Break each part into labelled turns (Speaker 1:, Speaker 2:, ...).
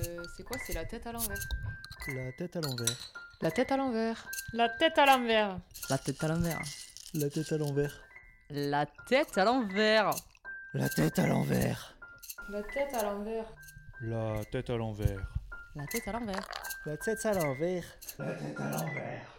Speaker 1: Euh, c'est quoi C'est la tête à l'envers.
Speaker 2: La tête à l'envers.
Speaker 1: La tête à l'envers.
Speaker 3: La tête à l'envers.
Speaker 4: La tête à l'envers.
Speaker 2: La tête à l'envers.
Speaker 4: La tête à l'envers.
Speaker 2: La tête à l'envers.
Speaker 1: La tête à l'envers.
Speaker 5: La tête à l'envers.
Speaker 4: La tête à l'envers.
Speaker 2: La tête à l'envers.
Speaker 6: La tête à l'envers.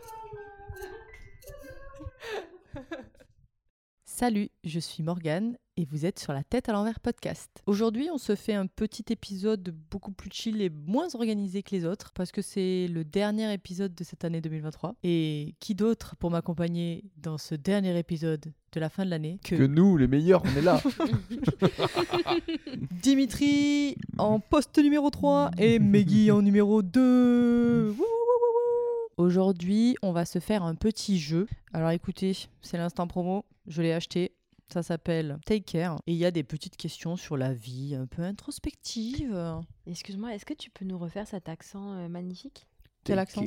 Speaker 4: Salut, je suis Morgane et vous êtes sur la tête à l'envers podcast. Aujourd'hui, on se fait un petit épisode beaucoup plus chill et moins organisé que les autres parce que c'est le dernier épisode de cette année 2023. Et qui d'autre pour m'accompagner dans ce dernier épisode de la fin de l'année
Speaker 7: Que nous, les meilleurs, on est là.
Speaker 4: Dimitri en poste numéro 3 et Meggy en numéro 2. Wouh Aujourd'hui, on va se faire un petit jeu. Alors écoutez, c'est l'instant promo, je l'ai acheté. Ça s'appelle Take Care et il y a des petites questions sur la vie un peu introspectives.
Speaker 8: Excuse-moi, est-ce que tu peux nous refaire cet accent euh, magnifique
Speaker 4: Quel accent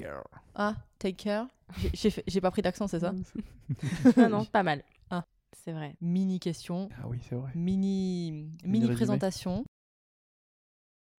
Speaker 4: Ah, Take Care. J'ai- J'ai fait- j'ai pas pris d'accent, c'est ça
Speaker 8: Non, non, pas mal.
Speaker 4: Ah.
Speaker 8: C'est vrai.
Speaker 4: Mini question,
Speaker 7: Ah oui, c'est vrai.
Speaker 4: mini mini
Speaker 7: résumé.
Speaker 4: présentation.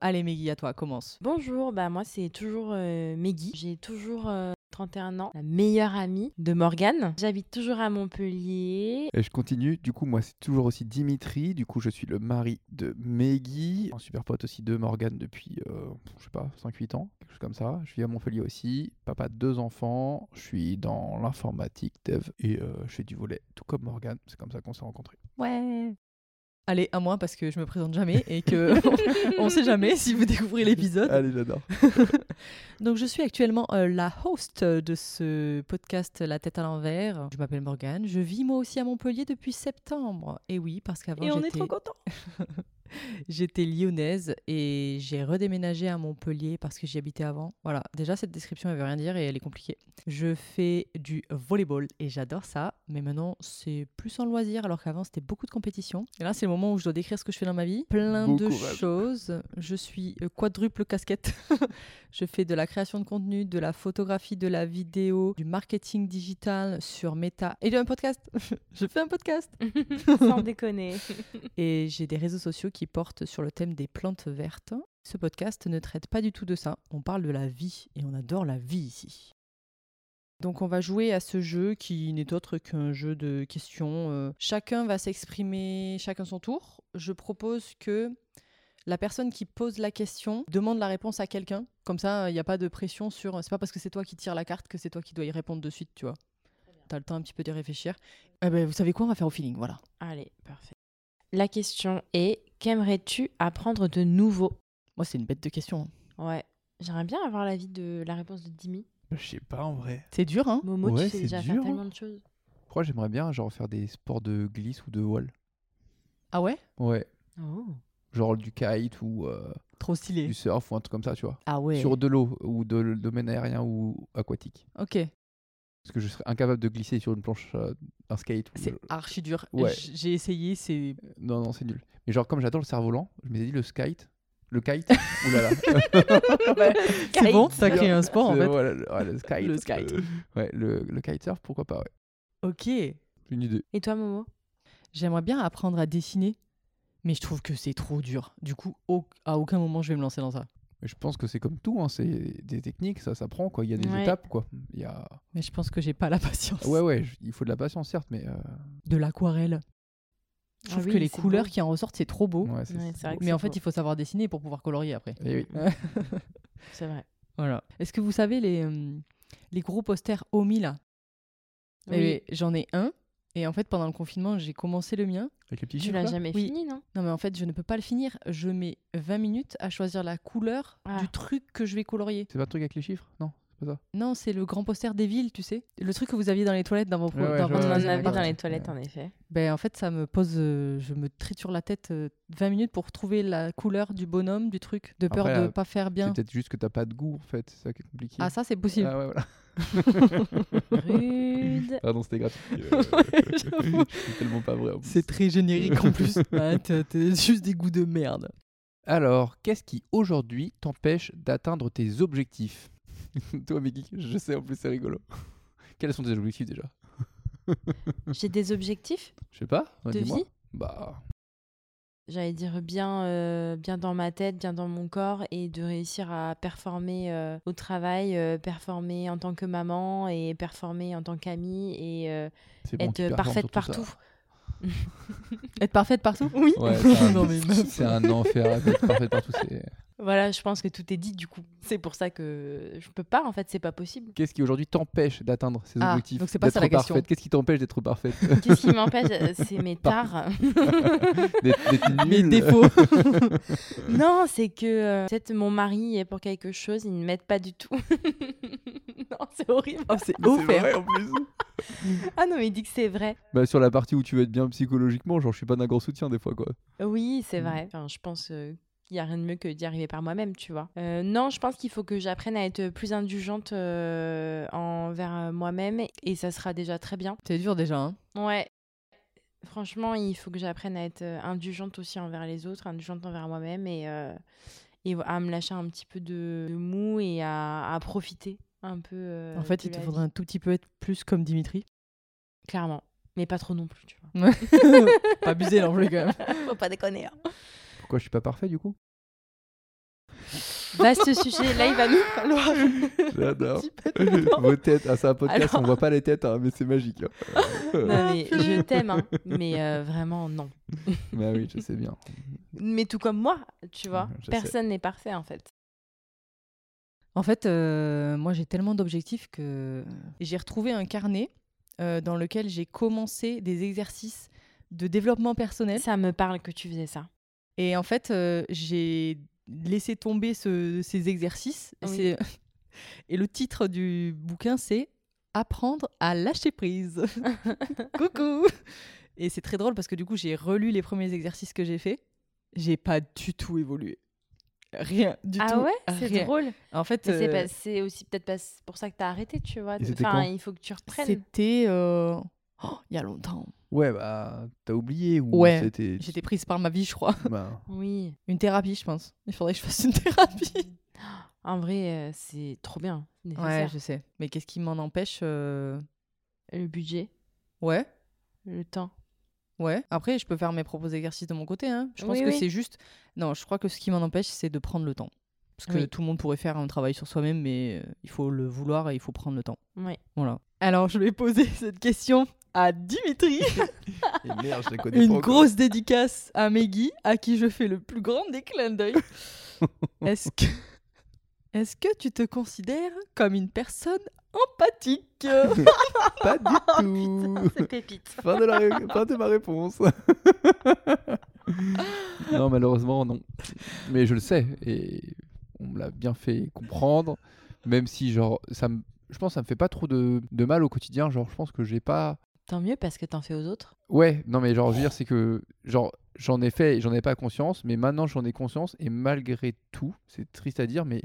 Speaker 4: Allez Meggy, à toi, commence.
Speaker 8: Bonjour, bah moi c'est toujours euh, Meggy. J'ai toujours euh, 31 ans, la meilleure amie de Morgane. J'habite toujours à Montpellier.
Speaker 7: Et je continue. Du coup, moi, c'est toujours aussi Dimitri. Du coup, je suis le mari de Meggy. Un super pote aussi de Morgane depuis, euh, je sais pas, 5-8 ans, quelque chose comme ça. Je vis à Montpellier aussi. Papa de deux enfants. Je suis dans l'informatique, dev. Et euh, je fais du volet, tout comme Morgane. C'est comme ça qu'on s'est rencontrés.
Speaker 4: Ouais. Allez, à moi parce que je me présente jamais et que on sait jamais si vous découvrez l'épisode.
Speaker 7: Allez, j'adore.
Speaker 4: Donc je suis actuellement euh, la host de ce podcast La tête à l'envers. Je m'appelle Morgane, je vis moi aussi à Montpellier depuis septembre. Et oui, parce qu'avant j'étais
Speaker 8: content.
Speaker 4: j'étais lyonnaise et j'ai redéménagé à Montpellier parce que j'y habitais avant. Voilà, déjà cette description elle veut rien dire et elle est compliquée. Je fais du volleyball et j'adore ça, mais maintenant c'est plus en loisir alors qu'avant c'était beaucoup de compétition. Et là c'est le moment où je dois décrire ce que je fais dans ma vie. Plein
Speaker 7: Bon
Speaker 4: de
Speaker 7: courage.
Speaker 4: choses. Je suis euh, quadruple casquette. je fais de la création de contenu, de la photographie, de la vidéo, du marketing digital sur Meta et j'ai un podcast. je fais un podcast.
Speaker 8: Sans déconner.
Speaker 4: Et j'ai des réseaux sociaux qui portent sur le thème des plantes vertes. Ce podcast ne traite pas du tout de ça. On parle de la vie et on adore la vie ici. Donc on va jouer à ce jeu qui n'est autre qu'un jeu de questions. euh, Chacun va s'exprimer, chacun son tour. Je propose que la personne qui pose la question demande la réponse à quelqu'un. Comme ça, il n'y a pas de pression sur. C'est pas parce que c'est toi qui tire la carte que c'est toi qui dois y répondre de suite, tu vois. T'as le temps un petit peu de réfléchir. Eh ben, vous savez quoi On va faire au feeling, voilà.
Speaker 8: Allez, parfait. La question est qu'aimerais-tu apprendre de nouveau
Speaker 4: Moi, c'est une bête de question. hein.
Speaker 8: Ouais. J'aimerais bien avoir l'avis de la réponse de Dimi.
Speaker 7: Je sais pas, en vrai.
Speaker 4: C'est dur, hein
Speaker 8: Momo,
Speaker 7: Ouais,
Speaker 8: tu sais
Speaker 7: c'est
Speaker 8: déjà
Speaker 7: dur,
Speaker 8: faire
Speaker 7: hein.
Speaker 8: tellement de choses.
Speaker 7: Pourquoi j'aimerais bien, genre, faire des sports de glisse ou de wall
Speaker 4: Ah ouais
Speaker 7: Ouais.
Speaker 8: Oh.
Speaker 7: Genre du kite ou euh,
Speaker 4: Trop
Speaker 7: du
Speaker 4: stylé.
Speaker 7: surf ou un truc comme ça, tu vois.
Speaker 4: Ah ouais.
Speaker 7: Sur de l'eau ou de le domaine aérien ou aquatique.
Speaker 4: Ok,
Speaker 7: Parce que je serais incapable de glisser sur une planche, euh, un skate. ou
Speaker 4: c'est
Speaker 7: je-
Speaker 4: archi dur.
Speaker 7: Ouais.
Speaker 4: J- J'ai essayé, c'est.
Speaker 7: Non, non, c'est nul. Mais genre, comme j'adore le cerf-volant, je m'étais dit le skate. Le kite Oulala. Euh,
Speaker 4: C'est bon, t'as créé un sport en fait.
Speaker 7: Voilà, le, ouais, le skate.
Speaker 4: Le skate.
Speaker 7: Euh, ouais, le, le kitesurf, pourquoi pas, ouais.
Speaker 4: Ok.
Speaker 7: J'ai Une idée.
Speaker 8: Et toi, Momo
Speaker 4: J'aimerais bien apprendre à dessiner, mais je trouve que c'est trop dur. Du coup, au- à aucun moment je vais me lancer dans ça.
Speaker 7: Mais je pense que c'est comme tout, hein, c'est des techniques, ça s'apprend, quoi. Il y a des
Speaker 8: Ouais.
Speaker 7: étapes, quoi. Il y a...
Speaker 4: Mais je pense que j'ai pas la patience.
Speaker 7: Ouais, ouais, je- il faut de la patience, certes, mais. euh,
Speaker 4: De l'aquarelle. Je
Speaker 8: Ah
Speaker 4: trouve
Speaker 8: oui,
Speaker 4: que les
Speaker 8: c'est
Speaker 4: couleurs
Speaker 8: beau.
Speaker 4: qui en ressortent, c'est trop beau.
Speaker 7: ouais, c'est
Speaker 8: Ouais,
Speaker 7: c'est
Speaker 8: c'est vrai
Speaker 7: beau.
Speaker 8: que
Speaker 4: Mais en fait,
Speaker 8: beau.
Speaker 4: il faut savoir dessiner pour pouvoir colorier après.
Speaker 7: Eh oui.
Speaker 8: C'est vrai.
Speaker 4: Voilà. Est-ce que vous savez les, euh, les gros posters Omi là Eh
Speaker 8: Oui.
Speaker 4: ben, J'en ai un. Et en fait, pendant le confinement, j'ai commencé le mien.
Speaker 7: Avec les petits
Speaker 8: Tu
Speaker 7: chiffres,
Speaker 8: l'as
Speaker 7: là
Speaker 8: jamais
Speaker 4: Oui.
Speaker 8: fini, non
Speaker 4: Non mais en fait je ne peux pas le finir. Je mets 20 minutes à choisir la couleur
Speaker 8: Ah.
Speaker 4: du truc que je vais colorier.
Speaker 7: C'est pas le truc avec les chiffres Non, c'est pas ça.
Speaker 4: Non c'est le grand poster des villes tu sais. Le truc que vous aviez dans les toilettes dans vos pro-
Speaker 7: Ouais, ouais,
Speaker 4: dans
Speaker 7: je
Speaker 8: On
Speaker 4: votre-
Speaker 7: vois,
Speaker 8: en
Speaker 7: ouais,
Speaker 8: avait
Speaker 7: d'accord.
Speaker 8: dans les toilettes, en effet.
Speaker 4: Ben, en fait ça me pose... euh, je me triture la tête euh, 20 minutes pour trouver la couleur du bonhomme, du truc. De peur
Speaker 7: Après,
Speaker 4: de
Speaker 7: euh,
Speaker 4: pas faire bien.
Speaker 7: C'est peut-être juste que t'as pas de goût, en fait. C'est ça qui est compliqué.
Speaker 4: Ah ça c'est possible.
Speaker 7: Ah ouais, voilà.
Speaker 8: Rude.
Speaker 7: Pardon, c'était gratuit. Euh,
Speaker 4: j'avoue.
Speaker 7: c'est tellement pas vrai. en plus.
Speaker 4: C'est très générique en plus. Ouais, t'as t'as juste des goûts de merde.
Speaker 7: Alors, qu'est-ce qui aujourd'hui t'empêche d'atteindre tes objectifs Toi, Meggy, je sais, en plus, c'est rigolo. Quels sont tes objectifs déjà
Speaker 8: J'ai des objectifs
Speaker 7: Je sais pas, ouais,
Speaker 8: de
Speaker 7: dis-moi.
Speaker 8: vie
Speaker 7: Bah,
Speaker 8: j'allais dire bien, euh, bien dans ma tête, bien dans mon corps, et de réussir à performer euh, au travail, euh, performer en tant que maman et performer en tant qu'amie et euh,
Speaker 7: C'est bon, tu
Speaker 8: être
Speaker 7: performes
Speaker 8: parfaite
Speaker 7: sur tout ça.
Speaker 8: partout.
Speaker 4: Être parfaite partout Oui.
Speaker 7: Ouais, c'est un-
Speaker 4: non, mais meuf.
Speaker 7: c'est un enfer d'être parfaite partout. c'est-
Speaker 8: Voilà, je pense que tout est dit du coup. C'est pour ça que je peux pas, en fait, c'est pas possible.
Speaker 7: Qu'est-ce qui aujourd'hui t'empêche d'atteindre ces
Speaker 4: Ah,
Speaker 7: objectifs
Speaker 4: donc c'est pas ça
Speaker 7: d'être
Speaker 4: la question.
Speaker 7: parfaite Qu'est-ce qui t'empêche d'être parfaite
Speaker 8: Qu'est-ce qui m'empêche Euh, C'est mes tares.
Speaker 7: D'être d'être
Speaker 4: Mes
Speaker 7: nulle
Speaker 4: défauts.
Speaker 8: non, c'est que euh, peut-être mon mari est pour quelque chose, il ne m'aide pas du tout. non, c'est horrible.
Speaker 4: Oh, c'est
Speaker 7: C'est
Speaker 4: offert.
Speaker 7: vrai en plus.
Speaker 8: Ah non, mais il dit que c'est vrai.
Speaker 7: Bah, sur la partie où tu veux être bien psychologiquement, genre je suis pas d'un grand soutien des fois quoi.
Speaker 8: Oui, c'est
Speaker 7: Mm.
Speaker 8: vrai. Enfin, je pense euh, qu'il n'y a rien de mieux que d'y arriver par moi-même, tu vois. Euh, non, je pense qu'il faut que j'apprenne à être plus indulgente euh, envers euh, moi-même et ça sera déjà très bien.
Speaker 4: C'est dur déjà. hein.
Speaker 8: Ouais. Franchement, il faut que j'apprenne à être euh, indulgente aussi envers les autres, indulgente envers moi-même et, euh, et à me lâcher un petit peu de, de mou et à, à profiter un peu. euh,
Speaker 4: en fait,
Speaker 8: de
Speaker 4: il te
Speaker 8: la
Speaker 4: faudrait
Speaker 8: vie.
Speaker 4: un tout petit peu être plus comme Dimitri.
Speaker 8: Clairement. Mais pas trop non plus, tu vois.
Speaker 4: Pas abusé l'enjeu quand même.
Speaker 8: faut pas déconner. hein.
Speaker 7: Pourquoi je suis pas parfait du coup
Speaker 8: Vaste sujet, là, il va nous falloir.
Speaker 7: J'adore.
Speaker 8: Dis pas non.
Speaker 7: Vos têtes, ah, c'est un podcast,
Speaker 8: Alors-
Speaker 7: on voit pas les têtes, hein, mais c'est magique. hein. Euh,
Speaker 8: Non, mais je t'aime, hein, mais euh, vraiment, non.
Speaker 7: bah oui, je sais bien.
Speaker 8: Mais tout comme moi, tu vois,
Speaker 7: Je sais.
Speaker 8: personne n'est parfait en fait.
Speaker 4: En fait, euh, moi j'ai tellement d'objectifs que j'ai retrouvé un carnet euh, dans lequel j'ai commencé des exercices de développement personnel.
Speaker 8: Ça me parle que tu faisais ça.
Speaker 4: Et en fait, euh, j'ai laissé tomber ce- ces exercices.
Speaker 8: Oui.
Speaker 4: C'est- Et le titre du bouquin, c'est Apprendre à lâcher prise. Coucou Et c'est très drôle parce que du coup, j'ai relu les premiers exercices que j'ai faits. J'ai pas du tout évolué. Rien du
Speaker 8: ah
Speaker 4: tout.
Speaker 8: ouais, c'est
Speaker 4: rien.
Speaker 8: drôle.
Speaker 4: En fait,
Speaker 8: Mais c'est
Speaker 4: euh,
Speaker 8: pas- C'est aussi peut-être pas pour ça que t'as arrêté, tu vois.
Speaker 7: Et c'était
Speaker 8: Enfin,
Speaker 7: quand
Speaker 8: il faut que tu reprennes.
Speaker 4: c'était euh, oh, il y a longtemps.
Speaker 7: Ouais, bah t'as oublié ou
Speaker 4: Ouais,
Speaker 7: c'était.
Speaker 4: J'étais prise par ma vie, je crois.
Speaker 7: Bah,
Speaker 8: Oui.
Speaker 4: Une thérapie, je pense. Il faudrait que je fasse une thérapie.
Speaker 8: En vrai, euh, c'est trop bien. c'est
Speaker 4: Ouais,
Speaker 8: nécessaire.
Speaker 4: je sais. Mais qu'est-ce qui m'en empêche euh,
Speaker 8: Le budget,
Speaker 4: Ouais.
Speaker 8: le temps.
Speaker 4: Ouais. Après, je peux faire mes propres exercices de mon côté. hein. Je pense
Speaker 8: Oui,
Speaker 4: que
Speaker 8: oui.
Speaker 4: c'est juste. Non, je crois que ce qui m'en empêche, c'est de prendre le temps. Parce que
Speaker 8: Oui.
Speaker 4: tout le monde pourrait faire un travail sur soi-même, mais euh, il faut le vouloir et il faut prendre le temps.
Speaker 8: Ouais.
Speaker 4: Voilà. Alors, je vais poser cette question à Dimitri.
Speaker 7: et merde, je la connais pas.
Speaker 4: Une
Speaker 7: encore.
Speaker 4: grosse dédicace à Meggy, à qui je fais le plus grand des clins d'œil. Est-ce que... Est-ce que tu te considères comme une personne empathique
Speaker 7: Pas
Speaker 4: Oh,
Speaker 7: du tout.
Speaker 8: C'est pépite.
Speaker 7: fin, de la ré- fin de ma réponse. non, malheureusement, non. Mais je le sais et on me l'a bien fait comprendre. Même si, genre, ça me. Je pense que ça me fait pas trop de, de mal au quotidien. Genre, je pense que j'ai pas
Speaker 8: Tant mieux parce que t'en fais aux autres.
Speaker 7: Ouais, non mais genre je veux dire c'est que genre j'en ai fait, et j'en ai pas conscience, mais maintenant j'en ai conscience et malgré tout, c'est triste à dire mais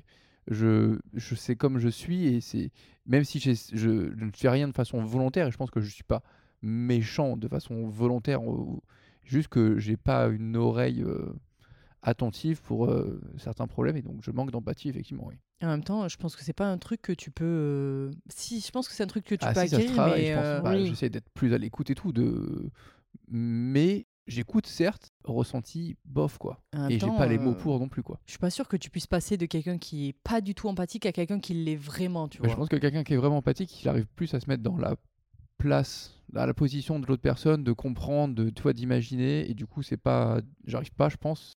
Speaker 7: je je sais comme je suis et c'est même si j'ai- je ne fais rien de façon volontaire et je pense que je suis pas méchant de façon volontaire ou- juste que j'ai pas une oreille euh, attentive pour euh, certains problèmes et donc je manque d'empathie effectivement oui.
Speaker 4: En même temps, je pense que c'est pas un truc que tu peux. euh, Si, je pense que c'est un truc que tu
Speaker 7: Ah
Speaker 4: peux
Speaker 7: si, ça se
Speaker 4: acquérir,
Speaker 7: travaille,
Speaker 4: mais
Speaker 7: je pense.
Speaker 4: euh,
Speaker 7: Bah,
Speaker 8: oui.
Speaker 7: J'essaie d'être plus à l'écoute et tout de mais J'écoute certes, ressenti bof quoi.
Speaker 4: en même
Speaker 7: Et j'ai
Speaker 4: temps,
Speaker 7: pas les mots
Speaker 4: euh,
Speaker 7: pour non plus quoi.
Speaker 4: Je suis pas sûre que tu puisses passer de quelqu'un qui est pas du tout empathique à quelqu'un qui l'est vraiment, tu
Speaker 7: Bah,
Speaker 4: vois.
Speaker 7: je pense que quelqu'un qui est vraiment empathique, il arrive plus à se mettre dans la place, à la position de l'autre personne, de comprendre, de toi d'imaginer. Et du coup, c'est pas, j'arrive pas, je pense,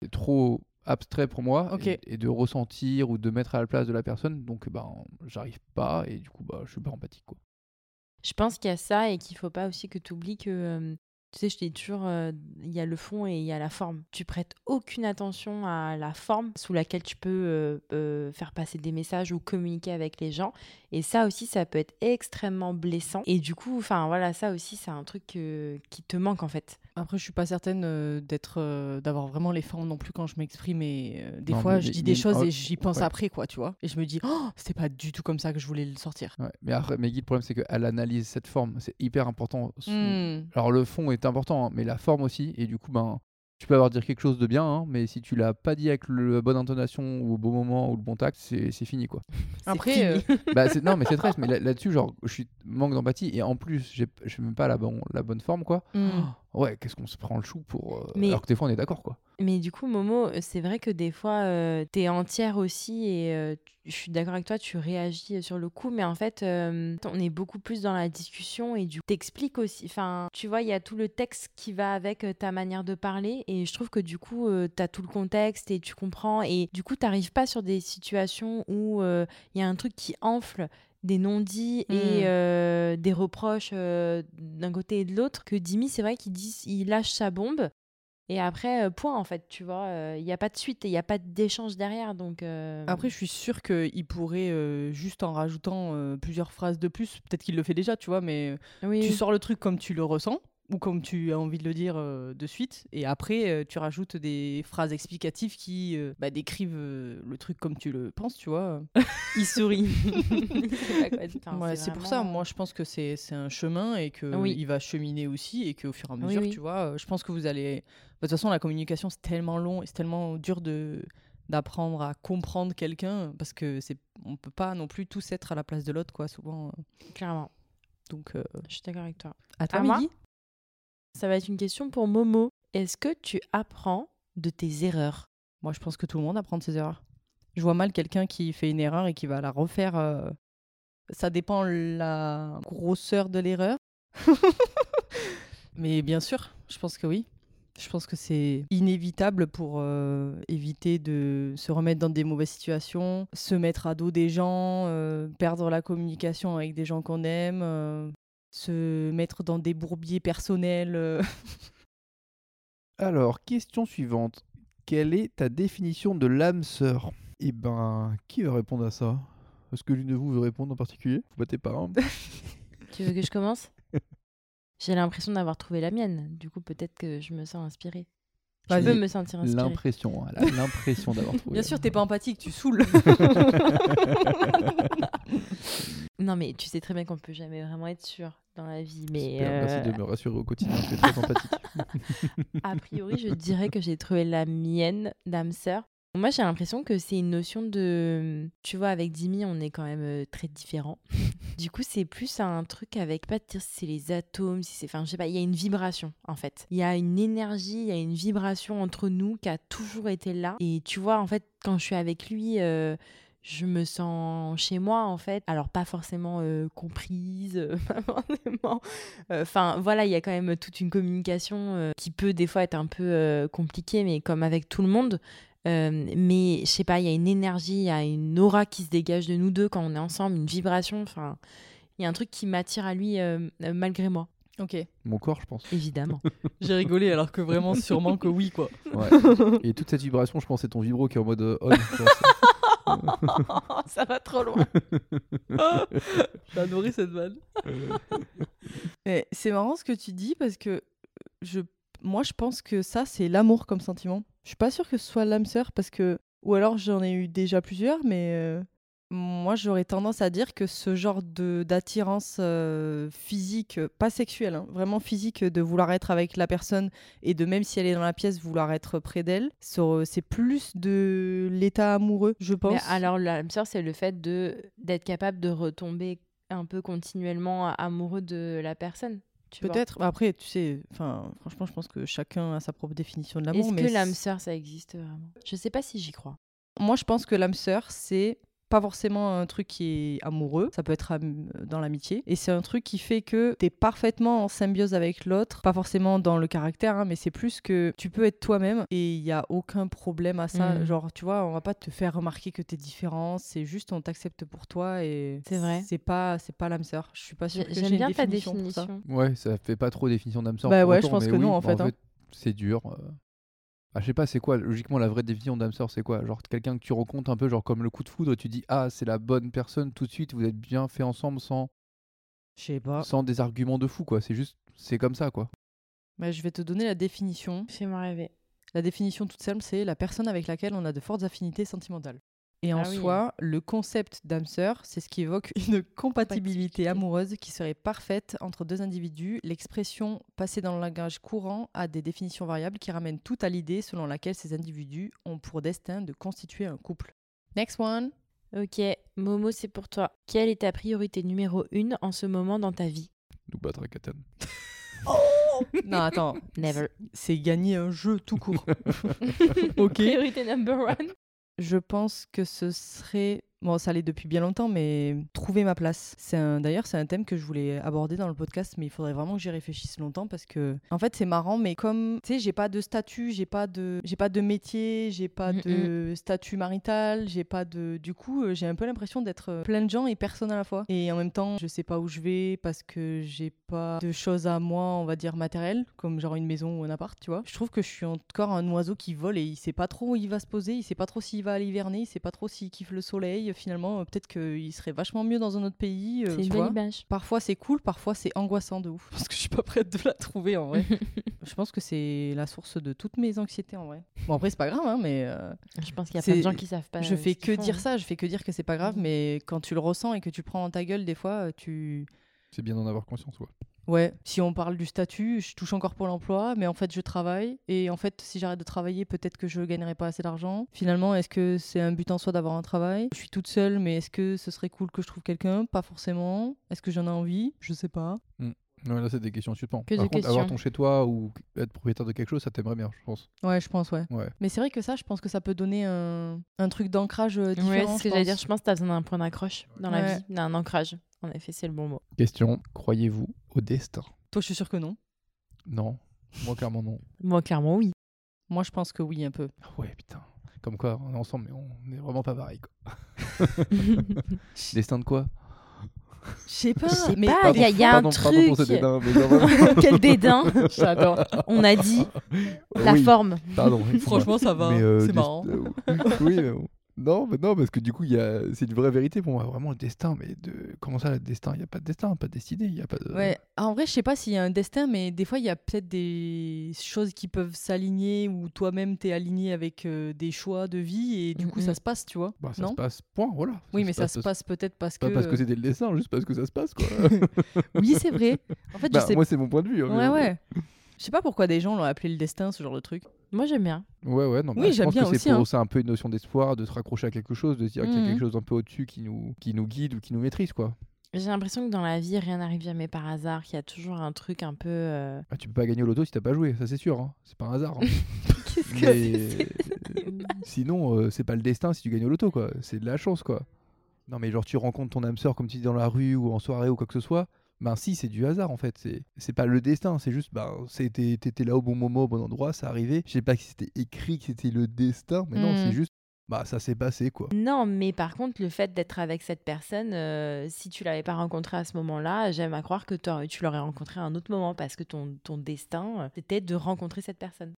Speaker 7: c'est trop abstrait pour moi
Speaker 4: Ok.
Speaker 7: et, et de ressentir ou de mettre à la place de la personne. Donc, ben, j'arrive pas et du coup, bah, je suis pas empathique quoi.
Speaker 8: Je pense qu'il y a ça et qu'il faut pas aussi que tu oublies que. euh, tu sais, je dis toujours, euh, il y a le fond et il y a la forme. Tu prêtes aucune attention à la forme sous laquelle tu peux euh, euh, faire passer des messages ou communiquer avec les gens. Et ça aussi, ça peut être extrêmement blessant. Et du coup, enfin voilà, ça aussi, c'est un truc euh, qui te manque en fait.
Speaker 4: Après, je suis pas certaine euh, d'être, euh, d'avoir vraiment les formes non plus quand je m'exprime. Et euh, des
Speaker 7: Non,
Speaker 4: fois,
Speaker 7: mais-
Speaker 4: je
Speaker 7: mais-
Speaker 4: dis des
Speaker 7: mais-
Speaker 4: choses
Speaker 7: ah,
Speaker 4: et j'y pense
Speaker 7: ouais.
Speaker 4: après, quoi, tu vois. Et je me dis, oh, c'était pas du tout comme ça que je voulais le sortir.
Speaker 7: Ouais. Mais après, Maggie, le problème, c'est qu'elle analyse cette forme. C'est hyper important. Son-
Speaker 4: Hmm.
Speaker 7: Alors le fond est important, hein, mais la forme aussi. Et du coup, ben, tu peux avoir dire quelque chose de bien, hein, mais si tu l'as pas dit avec le- la bonne intonation ou au bon moment ou le bon tact, c'est c'est fini quoi.
Speaker 8: C'est
Speaker 4: Après,
Speaker 8: fini.
Speaker 4: euh,
Speaker 7: bah, c'est- non, mais c'est triste. Mais là- là-dessus, genre, je suis manque d'empathie et en plus, j'ai- je suis même pas la, bon- la bonne forme quoi.
Speaker 4: hmm.
Speaker 7: Ouais, qu'est-ce qu'on se prend le chou pour. euh,
Speaker 8: Mais-
Speaker 7: Alors que des fois, on est d'accord, quoi.
Speaker 8: Mais du coup, Momo, euh, c'est vrai que des fois, euh, t'es entière aussi et euh, tu- je suis d'accord avec toi, tu réagis euh, sur le coup, mais en fait, euh, on est beaucoup plus dans la discussion et du t'expliques aussi. Enfin, tu vois, il y a tout le texte qui va avec euh, ta manière de parler et je trouve que du coup, euh, t'as tout le contexte et tu comprends et du coup, t'arrives pas sur des situations où euh, il y a un truc qui enfle des non-dits
Speaker 4: Hmm.
Speaker 8: et euh, des reproches euh, d'un côté et de l'autre que Dimi c'est vrai qu'il dit il lâche sa bombe et après, euh, point, en fait, tu vois. euh, Il n'y a pas de suite et il n'y a pas d'échange derrière. Donc, euh,
Speaker 4: Après, je suis sûre qu'il pourrait, euh, juste en rajoutant euh, plusieurs phrases de plus, peut-être qu'il le fait déjà, tu vois, mais euh, tu
Speaker 8: oui, oui.
Speaker 4: sors le truc comme tu le ressens ou comme tu as envie de le dire euh, de suite, et après, euh, tu rajoutes des phrases explicatives qui euh, bah, décrivent euh, le truc comme tu le penses, tu vois.
Speaker 8: il sourit. Il sait pas quoi dire. Enfin,
Speaker 4: Ouais, c'est pour ça,
Speaker 8: vraiment, euh,
Speaker 4: moi je pense que c'est c'est un chemin et que
Speaker 8: Oui.
Speaker 4: il va cheminer aussi et qu'au fur et à
Speaker 8: Oui,
Speaker 4: mesure,
Speaker 8: oui.
Speaker 4: tu vois, euh, je pense que vous allez... Bah, De toute façon, la communication, c'est tellement long et c'est tellement dur de d'apprendre à comprendre quelqu'un parce que c'est on peut pas non plus tous être à la place de l'autre quoi souvent
Speaker 8: euh, Clairement,
Speaker 4: donc euh,
Speaker 8: je suis d'accord avec toi.
Speaker 4: à toi
Speaker 8: À moi
Speaker 4: Mehdi.
Speaker 8: Ça va être une question pour Momo. Est-ce que tu apprends de tes erreurs
Speaker 4: moi je pense que tout le monde apprend de ses erreurs je vois mal quelqu'un qui fait une erreur et qui va la refaire euh, ça dépend la grosseur de l'erreur Mais bien sûr, je pense que oui. Je pense que c'est inévitable pour euh, éviter de se remettre dans des mauvaises situations, se mettre à dos des gens, euh, perdre la communication avec des gens qu'on aime, euh, se mettre dans des bourbiers personnels. euh.
Speaker 7: Alors, question suivante. Quelle est ta définition de l'âme sœur Eh ben, qui veut répondre à ça Est-ce que l'une de vous veut répondre en particulier Vous battez pas, hein
Speaker 8: Tu veux que je commence J'ai l'impression d'avoir trouvé la mienne. Du coup, peut-être que je me sens inspirée. Je
Speaker 4: Vas-y.
Speaker 8: peux me sentir inspirée.
Speaker 7: L'impression, hein, elle a l'impression d'avoir trouvé.
Speaker 4: Bien sûr, t'es pas empathique, tu saoules.
Speaker 8: Non, mais tu sais très bien qu'on peut jamais vraiment être sûr dans la vie. Mais
Speaker 7: Super, Merci
Speaker 8: euh,
Speaker 7: de me rassurer au quotidien, tu es très sympathique.
Speaker 8: A priori, je dirais que j'ai trouvé la mienne d'âme sœur. Moi, j'ai l'impression que c'est une notion de. Tu vois, avec Dimi, on est quand même euh, très différents. du coup, c'est plus un truc avec pas de dire si c'est les atomes, si c'est. Enfin, je sais pas, il y a une vibration, en fait. Il y a une énergie, il y a une vibration entre nous qui a toujours été là. Et tu vois, en fait, quand je suis avec lui. euh, je me sens chez moi en fait, alors pas forcément euh, comprise, euh, pas forcément Enfin, voilà, il y a quand même toute une communication euh, qui peut des fois être un peu euh, compliquée, mais comme avec tout le monde. Euh, mais je sais pas, il y a une énergie, il y a une aura qui se dégage de nous deux quand on est ensemble, une vibration. Enfin, il y a un truc qui m'attire à lui euh, euh, malgré moi,
Speaker 4: ok,
Speaker 7: Mon corps, je pense.
Speaker 8: évidemment.
Speaker 4: j'ai rigolé alors que vraiment, sûrement que oui quoi.
Speaker 7: Ouais. Et toute cette vibration, je pense, c'est ton vibro qui est en mode euh, on. tu vois,
Speaker 8: Oh, ça va trop loin.
Speaker 4: J'ai adoré cette vanne. Mais c'est marrant ce que tu dis parce que je, moi, je pense que ça, c'est l'amour comme sentiment. Je suis pas sûre que ce soit l'âme sœur parce que, ou alors j'en ai eu déjà plusieurs, mais euh, moi, j'aurais tendance à dire que ce genre de d'attirance euh, physique, euh, pas sexuelle, hein, vraiment physique, euh, de vouloir être avec la personne et de même si elle est dans la pièce, vouloir être près d'elle, ça, euh, c'est plus de l'état amoureux, je pense.
Speaker 8: Mais alors, l'âme sœur, c'est le fait de d'être capable de retomber un peu continuellement amoureux de la personne. tu vois.
Speaker 4: Peut-être. Bah Après, tu sais, enfin, franchement, je pense que chacun a sa propre définition de l'amour.
Speaker 8: Est-ce
Speaker 4: mais
Speaker 8: que l'âme
Speaker 4: c-
Speaker 8: sœur, ça existe vraiment Je sais pas si j'y crois.
Speaker 4: Moi, je pense que l'âme sœur, c'est pas forcément un truc qui est amoureux. Ça peut être am- dans l'amitié. Et c'est un truc qui fait que t'es parfaitement en symbiose avec l'autre. Pas forcément dans le caractère, hein, mais c'est plus que tu peux être toi-même et il y a aucun problème à ça.
Speaker 8: Mm.
Speaker 4: Genre, tu vois, on va pas te faire remarquer que t'es différent. C'est juste, on t'accepte pour toi et.
Speaker 8: C'est vrai.
Speaker 4: C'est pas, c'est pas l'âme sœur. Je suis pas sûre que j'ai
Speaker 8: J'aime
Speaker 4: une
Speaker 8: bien ta
Speaker 4: définition pour ça.
Speaker 8: définition.
Speaker 7: Ouais, ça fait pas trop définition d'âme sœur.
Speaker 4: Bah
Speaker 7: pour
Speaker 4: ouais,
Speaker 7: autant,
Speaker 4: je pense
Speaker 7: mais
Speaker 4: que
Speaker 7: oui,
Speaker 4: non, en
Speaker 7: bah
Speaker 4: fait, hein.
Speaker 7: c'est dur. euh. Ah, je sais pas, c'est quoi Logiquement, la vraie définition d'âme sœur, c'est quoi Genre quelqu'un que tu rencontres un peu, genre comme le coup de foudre, tu dis ah c'est la bonne personne tout de suite, vous êtes bien fait ensemble sans
Speaker 4: Je sais pas.
Speaker 7: sans des arguments de fou quoi. C'est juste, c'est comme ça quoi.
Speaker 4: Bah, je vais te donner la définition.
Speaker 8: Fais-moi rêver.
Speaker 4: La définition toute simple, c'est la personne avec laquelle on a de fortes affinités sentimentales. Et en
Speaker 8: Ah oui.
Speaker 4: soi, le concept d'âme sœur, c'est ce qui évoque une compatibilité
Speaker 8: Compatibilité.
Speaker 4: amoureuse qui serait parfaite entre deux individus. L'expression passée dans le langage courant a des définitions variables qui ramènent tout à l'idée selon laquelle ces individus ont pour destin de constituer un couple. Next one.
Speaker 8: Ok, Momo, c'est pour toi.
Speaker 7: bah,
Speaker 8: Quelle est ta priorité numéro une en ce moment dans ta vie
Speaker 7: Nous battre à Catane.
Speaker 4: Non, attends,
Speaker 8: Never.
Speaker 4: c'est gagner un jeu tout court. ok.
Speaker 8: Priorité number one.
Speaker 4: Je pense que ce serait. Bon, ça allait depuis bien longtemps, mais trouver ma place. C'est un... D'ailleurs, c'est un thème que je voulais aborder dans le podcast, mais il faudrait vraiment que j'y réfléchisse longtemps parce que, en fait, c'est marrant, mais comme, tu sais, j'ai pas de statut, j'ai pas de, j'ai pas de métier, j'ai pas
Speaker 8: Mm,
Speaker 4: de statut marital, j'ai pas de. Du coup, euh, j'ai un peu l'impression d'être euh, plein de gens et personne à la fois. Et en même temps, je sais pas où je vais parce que j'ai pas de choses à moi, on va dire, matérielles, comme genre une maison ou un appart, tu vois. Je trouve que je suis encore un oiseau qui vole et il sait pas trop où il va se poser, il sait pas trop s'il va aller hiverner, il sait pas trop s'il kiffe le soleil. Finalement, euh, peut-être qu'il serait vachement mieux dans un autre pays. euh,
Speaker 8: C'est
Speaker 4: tu
Speaker 8: une
Speaker 4: vois.
Speaker 8: belle image.
Speaker 4: Parfois c'est cool, parfois c'est angoissant de ouf. Parce que je suis pas prête de la trouver en vrai. je pense que c'est la source de toutes mes anxiétés en vrai. Bon après c'est pas grave, hein, mais euh,
Speaker 8: Je pense qu'il y a plein de
Speaker 4: C'est-
Speaker 8: gens qui savent pas.
Speaker 4: je
Speaker 8: euh,
Speaker 4: fais
Speaker 8: ce
Speaker 4: que
Speaker 8: qu'ils font,
Speaker 4: dire
Speaker 8: hein.
Speaker 4: ça, je fais que dire que c'est pas grave,
Speaker 8: Mhm.
Speaker 4: mais quand tu le ressens et que tu prends dans ta gueule des fois, euh, tu...
Speaker 7: C'est bien d'en avoir conscience, quoi.
Speaker 4: Ouais, si on parle du statut, je touche encore pour l'emploi, mais en fait je travaille, et en fait si j'arrête de travailler, peut-être que je gagnerai pas assez d'argent. Finalement, est-ce que c'est un but en soi d'avoir un travail Je suis toute seule, mais est-ce que ce serait cool que je trouve quelqu'un Pas forcément. Est-ce que j'en ai envie Je sais pas.
Speaker 7: Non, là, c'est des questions suppantes.
Speaker 8: Que
Speaker 7: Par
Speaker 8: des
Speaker 7: contre, avoir
Speaker 8: questions.
Speaker 7: ton chez-toi ou être propriétaire de quelque chose, ça t'aimerait bien, je pense.
Speaker 4: Ouais, je pense, ouais.
Speaker 7: Ouais.
Speaker 4: Mais c'est vrai que ça, je pense que ça peut donner un, un truc d'ancrage euh, différent.
Speaker 8: Ouais, c'est ce que
Speaker 4: je
Speaker 8: j'allais dire.
Speaker 4: pense.
Speaker 8: Je pense que t'as besoin d'un point d'accroche dans la
Speaker 4: Ouais.
Speaker 8: vie, d'un ancrage. En effet, c'est le bon mot.
Speaker 7: Question croyez-vous au destin
Speaker 4: Toi, je suis sûre que non.
Speaker 7: Non. Moi, clairement, non.
Speaker 8: Moi, clairement, oui.
Speaker 4: Moi, je pense que oui, un peu.
Speaker 7: Ah Ouais, putain. Comme quoi, on est ensemble, mais on est vraiment pas pareil, quoi. Destin de quoi
Speaker 4: Je sais pas,
Speaker 8: Je sais
Speaker 4: mais
Speaker 8: pas, il y a, il y a un
Speaker 7: Pardon-
Speaker 8: truc.
Speaker 7: pardon pour ce dédain, mais genre, vraiment.
Speaker 8: Quel dédain J'adore. On a dit la
Speaker 7: Oui,
Speaker 8: forme.
Speaker 7: Pardon. excuse-moi.
Speaker 4: franchement, ça va.
Speaker 7: Mais, euh,
Speaker 4: c'est
Speaker 7: dest-
Speaker 4: marrant.
Speaker 7: euh, oui, mais bon. Non, mais non, parce que du coup, il y a... c'est une vraie vérité pour moi. Vraiment, le destin, mais de... comment ça, le destin Il n'y a pas de destin, pas de destinée, il n'y a pas de...
Speaker 4: Ouais, Ah, en vrai, je sais pas s'il y a un destin, mais des fois, il y a peut-être des choses qui peuvent s'aligner ou toi-même, t'es aligné avec euh, des choix de vie et du coup,
Speaker 8: Mhm.
Speaker 4: ça se passe, tu vois.
Speaker 7: Bah, ça
Speaker 4: non
Speaker 7: se passe, point, voilà.
Speaker 4: Oui, mais ça se
Speaker 7: de-
Speaker 4: passe peut-être parce que.
Speaker 7: Pas parce que c'était le dessin, juste parce que ça se passe, quoi.
Speaker 4: oui, c'est vrai. En fait,
Speaker 7: Bah,
Speaker 4: je sais
Speaker 7: Moi, c'est mon point de vue. hein,
Speaker 4: Ouais,
Speaker 7: mais bon.
Speaker 4: ouais. Je sais pas pourquoi des gens l'ont appelé le destin, ce genre de truc.
Speaker 8: Moi, j'aime bien.
Speaker 7: Ouais, ouais, non, mais
Speaker 4: Oui,
Speaker 7: je
Speaker 4: j'aime
Speaker 7: pense
Speaker 4: bien
Speaker 7: que c'est
Speaker 4: aussi,
Speaker 7: pour
Speaker 4: hein. Mmh.
Speaker 7: ça un peu une notion d'espoir, de se raccrocher à quelque chose, de se dire qu'il y a
Speaker 8: Mhm.
Speaker 7: quelque chose un peu au-dessus qui nous, qui nous guide ou qui nous maîtrise, quoi.
Speaker 8: J'ai l'impression que dans la vie, rien n'arrive jamais par hasard, qu'il y a toujours un truc un peu. euh,
Speaker 7: Ah, tu peux pas gagner au loto si t'as pas joué, ça c'est sûr, hein. c'est pas un hasard. hein.
Speaker 8: Qu'est-ce que
Speaker 7: mais
Speaker 8: c'est
Speaker 7: sinon, euh, c'est pas le destin si tu gagnes au loto, quoi. C'est de la chance, quoi. Non, mais genre, tu rencontres ton âme sœur comme tu dis dans la rue ou en soirée ou quoi que ce soit. Ben si, c'est du hasard en fait. C'est- C'est pas le destin, c'est juste, ben, c'était- t'étais là au bon moment, au bon endroit, ça arrivait. Je sais pas si c'était écrit que c'était le destin, mais non,
Speaker 4: Mhm.
Speaker 7: c'est juste, bah ça s'est passé, quoi.
Speaker 8: Non, mais par contre, le fait d'être avec cette personne, euh, si tu l'avais pas rencontrée à ce moment-là, j'aime à croire que t'aurais- tu l'aurais rencontrée à un autre moment parce que ton, ton destin, euh, c'était de rencontrer cette personne.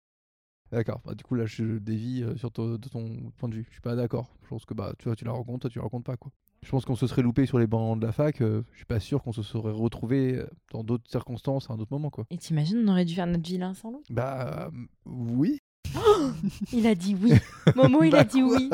Speaker 7: D'accord. Bah, du coup, là, je dévie euh, sur ton, de ton point de vue. Je suis pas d'accord. Je pense que bah, tu vois, tu la rencontres, toi, tu la rencontres pas, quoi. Je pense qu'on se serait loupé sur les bancs de la fac. euh, je suis pas sûr qu'on se serait retrouvé euh, dans d'autres circonstances à un autre moment, quoi.
Speaker 8: Et t'imagines, on aurait dû faire notre vie l'un sans l'autre
Speaker 7: Bah euh, oui.
Speaker 8: Il a dit oui. Momo, il
Speaker 7: Bah
Speaker 8: a dit
Speaker 7: quoi
Speaker 8: oui.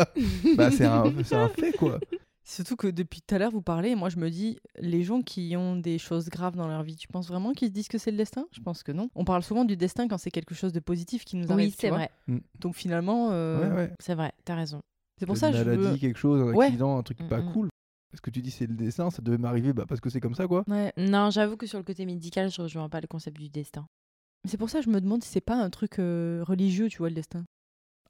Speaker 7: Bah c'est un, c'est un fait, quoi.
Speaker 4: Surtout que depuis tout à l'heure, vous parlez, et moi je me dis, les gens qui ont des choses graves dans leur vie, tu penses vraiment qu'ils se disent que c'est le destin Je pense que non. On parle souvent du destin quand c'est quelque chose de positif qui nous arrive.
Speaker 8: Oui,
Speaker 4: tu
Speaker 8: c'est
Speaker 4: vois.
Speaker 8: vrai.
Speaker 4: Donc finalement, euh,
Speaker 7: Ouais, ouais.
Speaker 8: C'est vrai, t'as raison.
Speaker 4: c'est pour
Speaker 7: Une
Speaker 4: ça que je
Speaker 7: maladie,
Speaker 4: veux...
Speaker 7: quelque chose, un
Speaker 4: Ouais. Mm,
Speaker 7: accident, un truc pas
Speaker 8: Mhm.
Speaker 7: cool. Parce que tu dis c'est le dessin, ça devait m'arriver, bah parce que c'est comme ça, quoi.
Speaker 4: Ouais.
Speaker 8: Non, j'avoue que sur le côté médical, je rejoins pas le concept du destin.
Speaker 4: C'est pour ça que je me demande si c'est pas un truc euh, religieux, tu vois, le destin.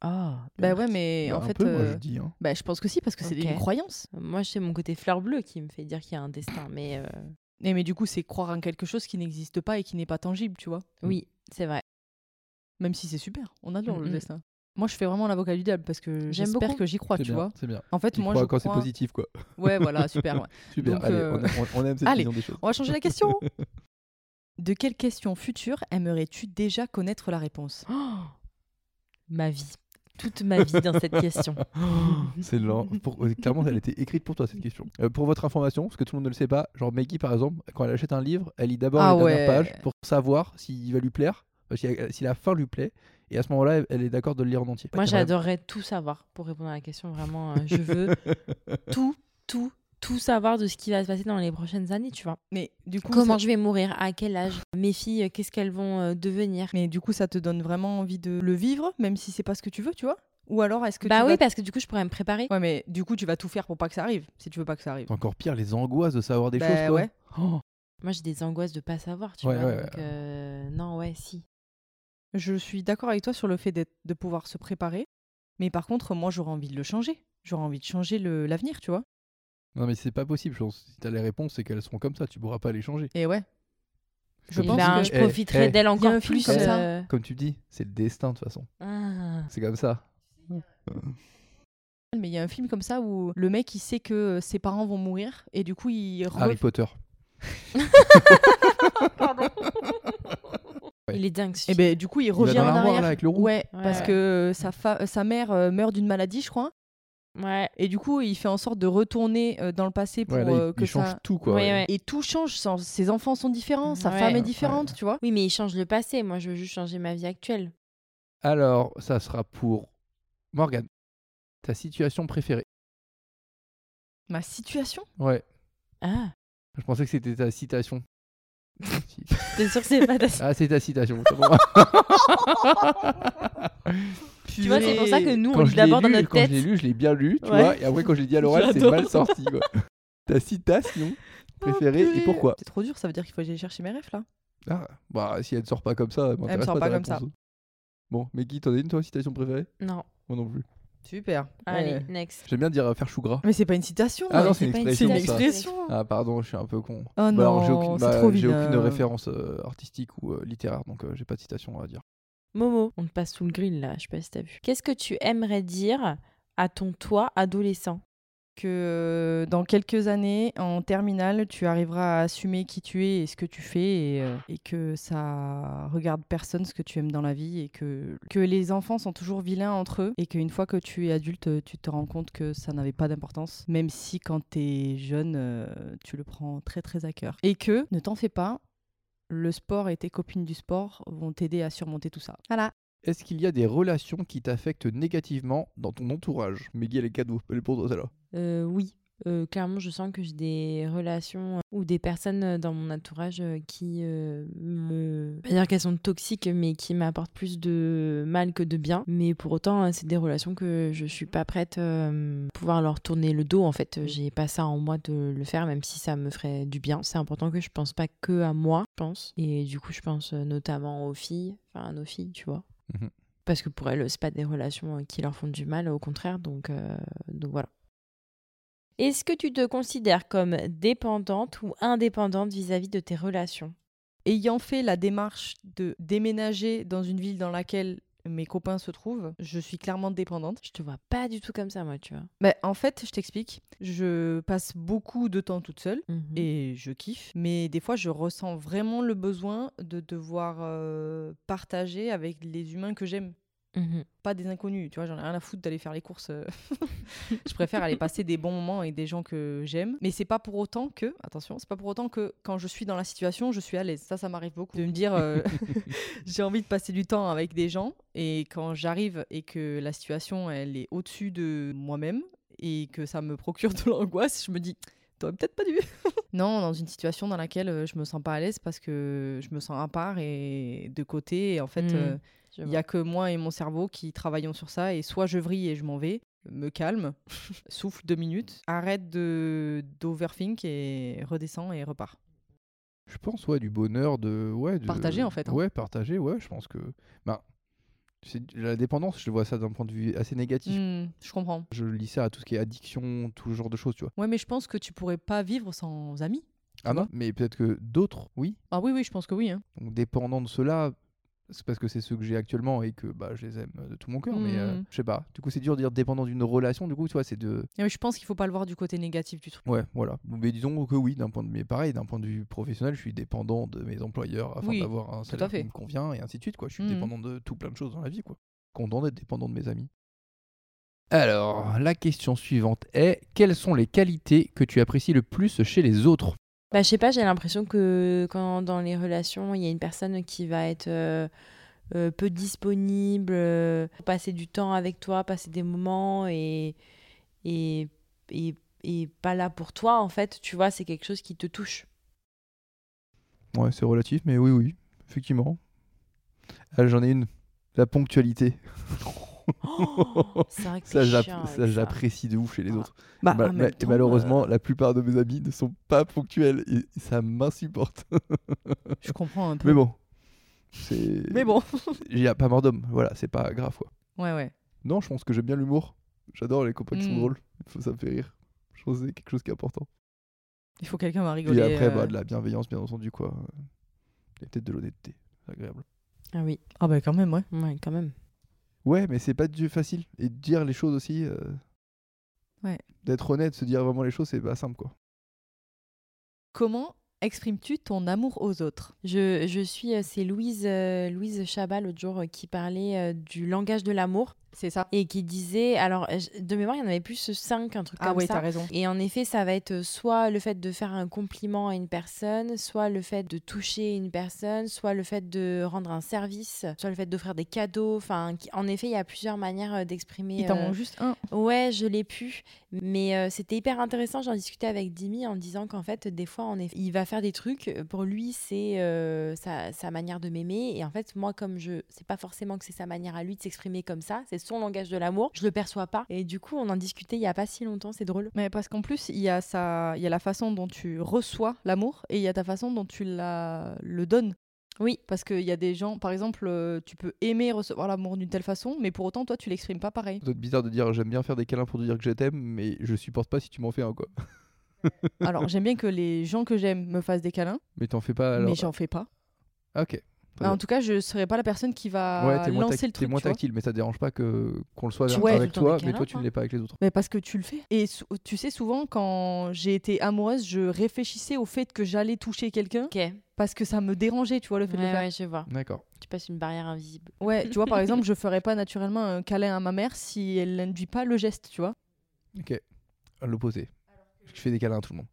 Speaker 8: Oh.
Speaker 4: Bah ouais, mais
Speaker 7: Bah,
Speaker 4: en
Speaker 7: un
Speaker 4: fait,
Speaker 7: peu, moi,
Speaker 4: euh,
Speaker 7: je dis. hein.
Speaker 4: bah, je pense que si, parce que c'est
Speaker 8: Ok.
Speaker 4: une croyance.
Speaker 8: Moi, c'est mon côté fleur bleue qui me fait dire qu'il y a un destin, mais euh,
Speaker 4: Et mais du coup, c'est croire en quelque chose qui n'existe pas et qui n'est pas tangible, tu vois.
Speaker 8: oui, c'est vrai.
Speaker 4: Même si c'est super, on adore
Speaker 7: Mm,
Speaker 4: le
Speaker 8: Mhm.
Speaker 4: destin. Moi, je fais vraiment l'avocat du diable parce que j'espère
Speaker 8: beaucoup.
Speaker 4: que j'y crois,
Speaker 7: C'est
Speaker 4: tu
Speaker 7: bien,
Speaker 4: vois.
Speaker 7: C'est bien.
Speaker 4: En fait,
Speaker 7: Tu
Speaker 4: moi,
Speaker 7: crois
Speaker 4: je
Speaker 7: quand
Speaker 4: crois...
Speaker 7: c'est positif, quoi.
Speaker 4: Ouais, voilà, super. ouais.
Speaker 7: Super.
Speaker 4: Donc,
Speaker 7: allez,
Speaker 4: euh,
Speaker 7: on, aime- on aime cette
Speaker 4: allez,
Speaker 7: vision des choses.
Speaker 4: On va changer la question. De quelle question future aimerais-tu déjà connaître la réponse
Speaker 8: Oh, ma vie. Toute ma vie dans cette question.
Speaker 7: C'est lent. Pour- euh, Clairement, elle était écrite pour toi, cette question. Euh, pour votre information, parce que tout le monde ne le sait pas, genre Maggie, par exemple, quand elle achète un livre, elle lit d'abord
Speaker 4: Ah
Speaker 7: les dernières
Speaker 4: ouais.
Speaker 7: pages pour savoir s'il va lui plaire, euh, si, euh, si la fin lui plaît, et à ce moment-là, elle- elle est d'accord de le lire en entier.
Speaker 8: Moi,
Speaker 7: T'aimerais-
Speaker 8: j'adorerais tout savoir pour répondre à la question. Vraiment, euh, je veux tout, tout, tout savoir de ce qui va se passer dans les prochaines années, tu vois.
Speaker 4: Mais du coup,
Speaker 8: Comment
Speaker 4: ça...
Speaker 8: je vais mourir À quel âge Mes filles, euh, qu'est-ce qu'elles vont euh, devenir
Speaker 4: mais du coup, ça te donne vraiment envie de le vivre, même si c'est pas ce que tu veux, tu vois Ou alors, est-ce que
Speaker 8: Bah
Speaker 4: tu
Speaker 8: oui,
Speaker 4: vas...
Speaker 8: parce que du coup, je pourrais me préparer.
Speaker 4: Ouais, mais du coup, tu vas tout faire pour pas que ça arrive, si tu veux pas que ça arrive.
Speaker 7: C'est encore pire, les angoisses de savoir des
Speaker 4: Bah
Speaker 7: choses. quoi.
Speaker 4: ouais.
Speaker 7: Oh,
Speaker 8: Moi, j'ai des angoisses de pas savoir, tu
Speaker 7: Ouais,
Speaker 8: vois.
Speaker 7: ouais,
Speaker 8: donc,
Speaker 7: ouais.
Speaker 8: euh, non, ouais, si.
Speaker 4: Je suis d'accord avec toi sur le fait d'être- de pouvoir se préparer, mais par contre, moi, j'aurais envie de le changer. J'aurais envie de changer le- l'avenir, tu vois.
Speaker 7: Non, mais c'est pas possible, je pense. Si t'as les réponses, c'est qu'elles seront comme ça, tu pourras pas les changer.
Speaker 4: Et ouais. Je
Speaker 7: Eh
Speaker 8: Eh
Speaker 4: pense
Speaker 8: ben,
Speaker 4: que-
Speaker 8: je
Speaker 7: Eh,
Speaker 8: profiterai
Speaker 7: eh.
Speaker 8: d'elle
Speaker 4: Il y a un film
Speaker 8: encore plus.
Speaker 4: comme ça.
Speaker 8: euh,
Speaker 7: Comme tu dis, c'est le destin de toute façon.
Speaker 8: ah.
Speaker 7: C'est comme ça.
Speaker 4: Mais il y a un film comme ça où le mec, il sait que ses parents vont mourir et du coup, il re-
Speaker 7: Harry Potter. Ouais.
Speaker 8: Il est dingue. ce
Speaker 4: Eh
Speaker 8: film.
Speaker 4: ben, du coup, il
Speaker 7: Il va
Speaker 4: revient
Speaker 7: dans
Speaker 4: en
Speaker 7: l'armoire,
Speaker 4: arrière.
Speaker 7: là avec le roux.
Speaker 4: Ouais,
Speaker 8: Ouais.
Speaker 4: parce que sa, fa- sa mère euh, meurt d'une maladie, je crois.
Speaker 8: Ouais.
Speaker 4: Et du coup, il fait en sorte de retourner euh, dans le passé pour
Speaker 7: Ouais, là, il-
Speaker 4: euh,
Speaker 7: il,
Speaker 4: que
Speaker 7: change
Speaker 4: ça.
Speaker 7: tout quoi.
Speaker 8: Ouais, ouais.
Speaker 4: Et tout change. sans- Ses enfants sont différents, sa
Speaker 8: Ouais.
Speaker 4: femme est
Speaker 8: Ouais.
Speaker 4: différente, tu vois.
Speaker 8: Oui, mais il change le passé. Moi, je veux juste changer ma vie actuelle.
Speaker 7: Alors, ça sera pour Morgan. Ta situation préférée.
Speaker 4: Ma situation
Speaker 7: Ouais.
Speaker 8: Ah,
Speaker 7: Je pensais que c'était ta citation. Si.
Speaker 8: t'es sûr que c'est pas ta...
Speaker 7: ah, c'est ta citation. c'est bon.
Speaker 8: Tu vois, c'est pour ça que nous, on
Speaker 7: Quand
Speaker 8: lit
Speaker 7: je l'ai
Speaker 8: d'abord dans
Speaker 7: lu-
Speaker 8: notre
Speaker 7: quand je l'ai
Speaker 8: tête.
Speaker 7: lu, je l'ai bien lu, tu
Speaker 8: Ouais.
Speaker 7: vois. Et après, quand je l'ai dit à l'oral, c'est
Speaker 8: J'adore. Oh,
Speaker 7: mal sorti. Quoi. Ta citation préférée et pourquoi
Speaker 4: C'est trop dur, ça veut dire qu'il faut que j'aille chercher mes rêves là.
Speaker 7: Ah, bah, si elle ne sort pas comme ça, elle m'intéresse
Speaker 4: sort pas
Speaker 7: ta
Speaker 4: comme ça.
Speaker 7: réponse. Bon, mais Guy, t'en as une, toi, citation préférée
Speaker 8: Non.
Speaker 7: Moi non plus.
Speaker 4: Super.
Speaker 8: Allez,
Speaker 4: Ouais.
Speaker 8: next.
Speaker 7: J'aime bien dire euh, faire chou gras.
Speaker 4: Mais c'est pas une citation.
Speaker 7: Ah
Speaker 4: ouais.
Speaker 7: non, c'est une
Speaker 8: pas une
Speaker 4: une
Speaker 7: expression. ça.
Speaker 8: citation.
Speaker 4: expression.
Speaker 7: Ah, pardon, je suis un peu con.
Speaker 4: Oh
Speaker 7: Bah alors, j'ai
Speaker 4: non,
Speaker 7: aucune,
Speaker 4: c'est
Speaker 7: bah,
Speaker 4: trop
Speaker 7: j'ai
Speaker 4: vilain.
Speaker 7: aucune référence euh, artistique ou euh, littéraire, donc euh, j'ai pas de citation à dire.
Speaker 8: Momo, on te passe sous le grill là, je sais pas si t'as vu. Qu'est-ce que tu aimerais dire à ton toi adolescent
Speaker 4: que euh, dans quelques années, en terminale, tu arriveras à assumer qui tu es et ce que tu fais et, euh, et que ça regarde personne ce que tu aimes dans la vie et que, que les enfants sont toujours vilains entre eux et qu'une fois que tu es adulte, euh, tu te rends compte que ça n'avait pas d'importance, même si quand tu es jeune, euh, tu le prends très très à cœur. Et que, ne t'en fais pas, le sport et tes copines du sport vont t'aider à surmonter tout ça. Voilà.
Speaker 7: Est-ce qu'il y a des relations qui t'affectent négativement dans ton entourage Meggy, elle est cadeau, elle est pour toi celle-là.
Speaker 8: Euh, Oui, Euh, clairement, je sens que j'ai des relations euh, ou des personnes euh, dans mon entourage euh, qui euh, me. Pas dire qu'elles sont toxiques, mais qui m'apportent plus de mal que de bien. Mais pour autant, euh, c'est des relations que je suis pas prête euh, à pouvoir leur tourner le dos en fait. J'ai pas ça en moi de le faire, même si ça me ferait du bien. C'est important que je pense pas que à moi, je pense. Et du coup, je pense euh, notamment aux filles, enfin à nos filles, tu vois.
Speaker 7: Mhm.
Speaker 8: Parce que pour elles, c'est pas des relations euh, qui leur font du mal, au contraire. Donc, euh, donc voilà. Est-ce que tu te considères comme dépendante ou indépendante vis-à-vis de tes relations
Speaker 4: Ayant fait la démarche de déménager dans une ville dans laquelle mes copains se trouvent, je suis clairement dépendante.
Speaker 8: Je te vois pas du tout comme ça, moi, tu vois.
Speaker 4: Mais en fait, je t'explique, je passe beaucoup de temps toute seule
Speaker 7: Mmh
Speaker 8: Et
Speaker 4: et je kiffe, mais des fois, je ressens vraiment le besoin de devoir euh, partager avec les humains que j'aime.
Speaker 8: Mmh
Speaker 4: Pas des inconnus, tu vois, j'en ai rien à foutre d'aller faire les courses. euh. je préfère aller passer des bons moments avec des gens que j'aime. Mais c'est pas pour autant que, attention, c'est pas pour autant que quand je suis dans la situation, je suis à l'aise. Ça, ça m'arrive beaucoup. De me dire, euh, j'ai envie de passer du temps avec des gens et quand j'arrive et que la situation elle est au-dessus de moi-même et que ça me procure de l'angoisse, je me dis t'aurais peut-être pas dû. non, dans une situation dans laquelle euh, je me sens pas à l'aise parce que je me sens à part et de côté et en fait
Speaker 8: Mm,
Speaker 4: euh,
Speaker 8: je
Speaker 4: il y
Speaker 8: vois.
Speaker 4: a que moi et mon cerveau qui travaillons sur ça et soit je vrille et je m'en vais, me calme, souffle deux minutes, arrête de d'overthink et redescends et repars.
Speaker 7: Je pense, ouais, du bonheur de. Ouais, de-
Speaker 4: Partager, en fait, hein.
Speaker 7: Ouais, partager, ouais, je pense que. Bah, c'est- la dépendance, je vois ça d'un point de vue assez négatif.
Speaker 4: Hmm, je comprends.
Speaker 7: Je lis ça à tout ce qui est addiction, tout ce genre de choses, tu vois.
Speaker 4: Ouais, mais je pense que tu pourrais pas vivre sans amis.
Speaker 7: Ah non Mais peut-être que d'autres, oui.
Speaker 4: Ah oui, oui, je pense que oui. hein.
Speaker 7: Donc, dépendant de cela, c'est parce que c'est ceux que j'ai actuellement et que bah, je les aime de tout mon cœur, mais euh,
Speaker 4: Mhm.
Speaker 7: je sais pas. Du coup, c'est dur de dire dépendant d'une relation, du coup, tu vois, c'est de.
Speaker 4: Non, mais je pense qu'il faut pas le voir du côté négatif du truc.
Speaker 7: Ouais, voilà. Mais disons que oui, d'un point de mais pareil, d'un point de vue professionnel, je suis dépendant de mes employeurs afin
Speaker 4: Oui,
Speaker 7: d'avoir un salaire
Speaker 4: fait.
Speaker 7: qui me convient et ainsi de suite quoi. Je suis
Speaker 4: Mhm.
Speaker 7: dépendant de tout plein de choses dans la vie quoi. Content d'être dépendant de mes amis. Alors, la question suivante est quelles sont les qualités que tu apprécies le plus chez les autres
Speaker 8: Bah, je sais pas, j'ai l'impression que quand dans les relations, il y a une personne qui va être euh, euh, peu disponible, euh, passer du temps avec toi, passer des moments et, et, et, et pas là pour toi, en fait, tu vois, c'est quelque chose qui te touche.
Speaker 7: Ouais, c'est relatif mais oui oui, effectivement. Ah, j'en ai une, la ponctualité.
Speaker 8: Oh, c'est vrai que
Speaker 7: Ça,
Speaker 8: c'est
Speaker 7: j'app-
Speaker 8: chiant,
Speaker 7: ça,
Speaker 8: avec
Speaker 7: j'apprécie de ouf chez les
Speaker 8: Ouais.
Speaker 7: autres.
Speaker 4: Bah,
Speaker 7: Ma-
Speaker 4: en
Speaker 7: ma-
Speaker 4: même
Speaker 7: et
Speaker 4: temps,
Speaker 7: malheureusement, la plupart de mes amis ne sont pas ponctuels et ça m'insupporte.
Speaker 4: euh, je comprends un peu.
Speaker 7: Mais bon. c'est-
Speaker 4: Mais bon.
Speaker 7: Il n'y a pas mort d'homme. Voilà, c'est pas grave, quoi.
Speaker 4: Ouais, ouais.
Speaker 7: Non, je pense que j'aime bien l'humour. J'adore les copains qui sont
Speaker 4: Mm.
Speaker 7: drôles. Faut- Ça me fait rire. Je pense que c'est quelque chose qui est important.
Speaker 4: Il faut quelqu'un va
Speaker 7: Et
Speaker 4: rigoler.
Speaker 7: après,
Speaker 4: euh.
Speaker 7: bah, de la bienveillance, bien entendu, quoi. Et peut-être de l'honnêteté. C'est agréable.
Speaker 8: ça. Ah oui,
Speaker 4: Ah bah quand même, ouais.
Speaker 8: ouais, quand même.
Speaker 7: Ouais, mais c'est pas du facile. Et de dire les choses aussi. euh,
Speaker 4: Ouais.
Speaker 7: D'être honnête, se dire vraiment les choses, c'est pas simple, quoi.
Speaker 4: Comment exprimes-tu ton amour aux autres
Speaker 8: Je, je suis, euh, c'est Louise, euh, Louise Chabat l'autre jour euh, qui parlait euh, du langage de l'amour
Speaker 4: C'est ça.
Speaker 8: et qui disait, alors euh, je- de mémoire, il y en avait plus 5, un truc
Speaker 4: Ah
Speaker 8: comme
Speaker 4: ouais,
Speaker 8: ça.
Speaker 4: t'as raison.
Speaker 8: Et en effet, ça va être euh, soit le fait de faire un compliment à une personne, soit le fait de toucher une personne, soit le fait de rendre un service, soit le fait d'offrir des cadeaux. Enfin, qui- en effet, il y a plusieurs manières euh, d'exprimer.
Speaker 4: Il t'en
Speaker 8: euh,
Speaker 4: manque juste un.
Speaker 8: Ouais, je l'ai pu, mais euh, c'était hyper intéressant. J'en discutais avec Dimi en disant qu'en fait, des fois, en effet, il va faire des trucs. euh, Pour lui, c'est euh, sa, sa manière de m'aimer. Et en fait, moi, comme je, c'est pas forcément que c'est sa manière à lui de s'exprimer comme ça. C'est son langage de l'amour. Je le perçois pas. Et du coup, on en discutait il y a pas si longtemps. C'est drôle.
Speaker 4: Mais parce qu'en plus, il y, a ça... il y a la façon dont tu reçois l'amour et il y a ta façon dont tu la... le donnes. Oui. Parce qu'il y a des gens, par exemple, euh, tu peux aimer recevoir l'amour d'une telle façon, mais pour autant, toi, tu l'exprimes pas pareil.
Speaker 7: Ça doit être bizarre de dire j'aime bien faire des câlins pour te dire que je t'aime, mais je supporte pas si tu m'en fais un, quoi.
Speaker 4: Alors, j'aime bien que les gens que j'aime me fassent des câlins,
Speaker 7: Mais t'en fais pas alors.
Speaker 4: mais j'en fais pas.
Speaker 7: Ah, ok. Très
Speaker 4: en
Speaker 7: bien.
Speaker 4: tout cas, je serais pas la personne qui
Speaker 7: ouais,
Speaker 4: va
Speaker 7: t'es moins,
Speaker 4: lancer
Speaker 7: tac-
Speaker 4: le
Speaker 7: t'es
Speaker 4: truc.
Speaker 7: moins
Speaker 4: tu vois.
Speaker 7: tactile, mais ça dérange pas que qu'on le soit
Speaker 8: Tu
Speaker 7: vers-
Speaker 8: vois,
Speaker 7: avec
Speaker 8: tout le temps
Speaker 7: toi,
Speaker 8: des
Speaker 7: mais
Speaker 8: câlins,
Speaker 7: toi tu ne
Speaker 8: quoi.
Speaker 7: l'es pas avec les autres.
Speaker 4: Mais parce que tu le fais. Et sou- tu sais, souvent, quand j'ai été amoureuse, je réfléchissais au fait que j'allais toucher quelqu'un
Speaker 8: Ok. Ouais,
Speaker 4: parce que ça me dérangeait, tu vois, le fait de le faire.
Speaker 8: ouais, je vois.
Speaker 7: D'accord.
Speaker 8: Tu passes une barrière invisible.
Speaker 4: Ouais, tu vois, par exemple, je ferais pas naturellement un câlin à ma mère si elle n'induit pas le geste, tu vois.
Speaker 7: Ok. À L'opposé. Je fais des câlins à tout le monde.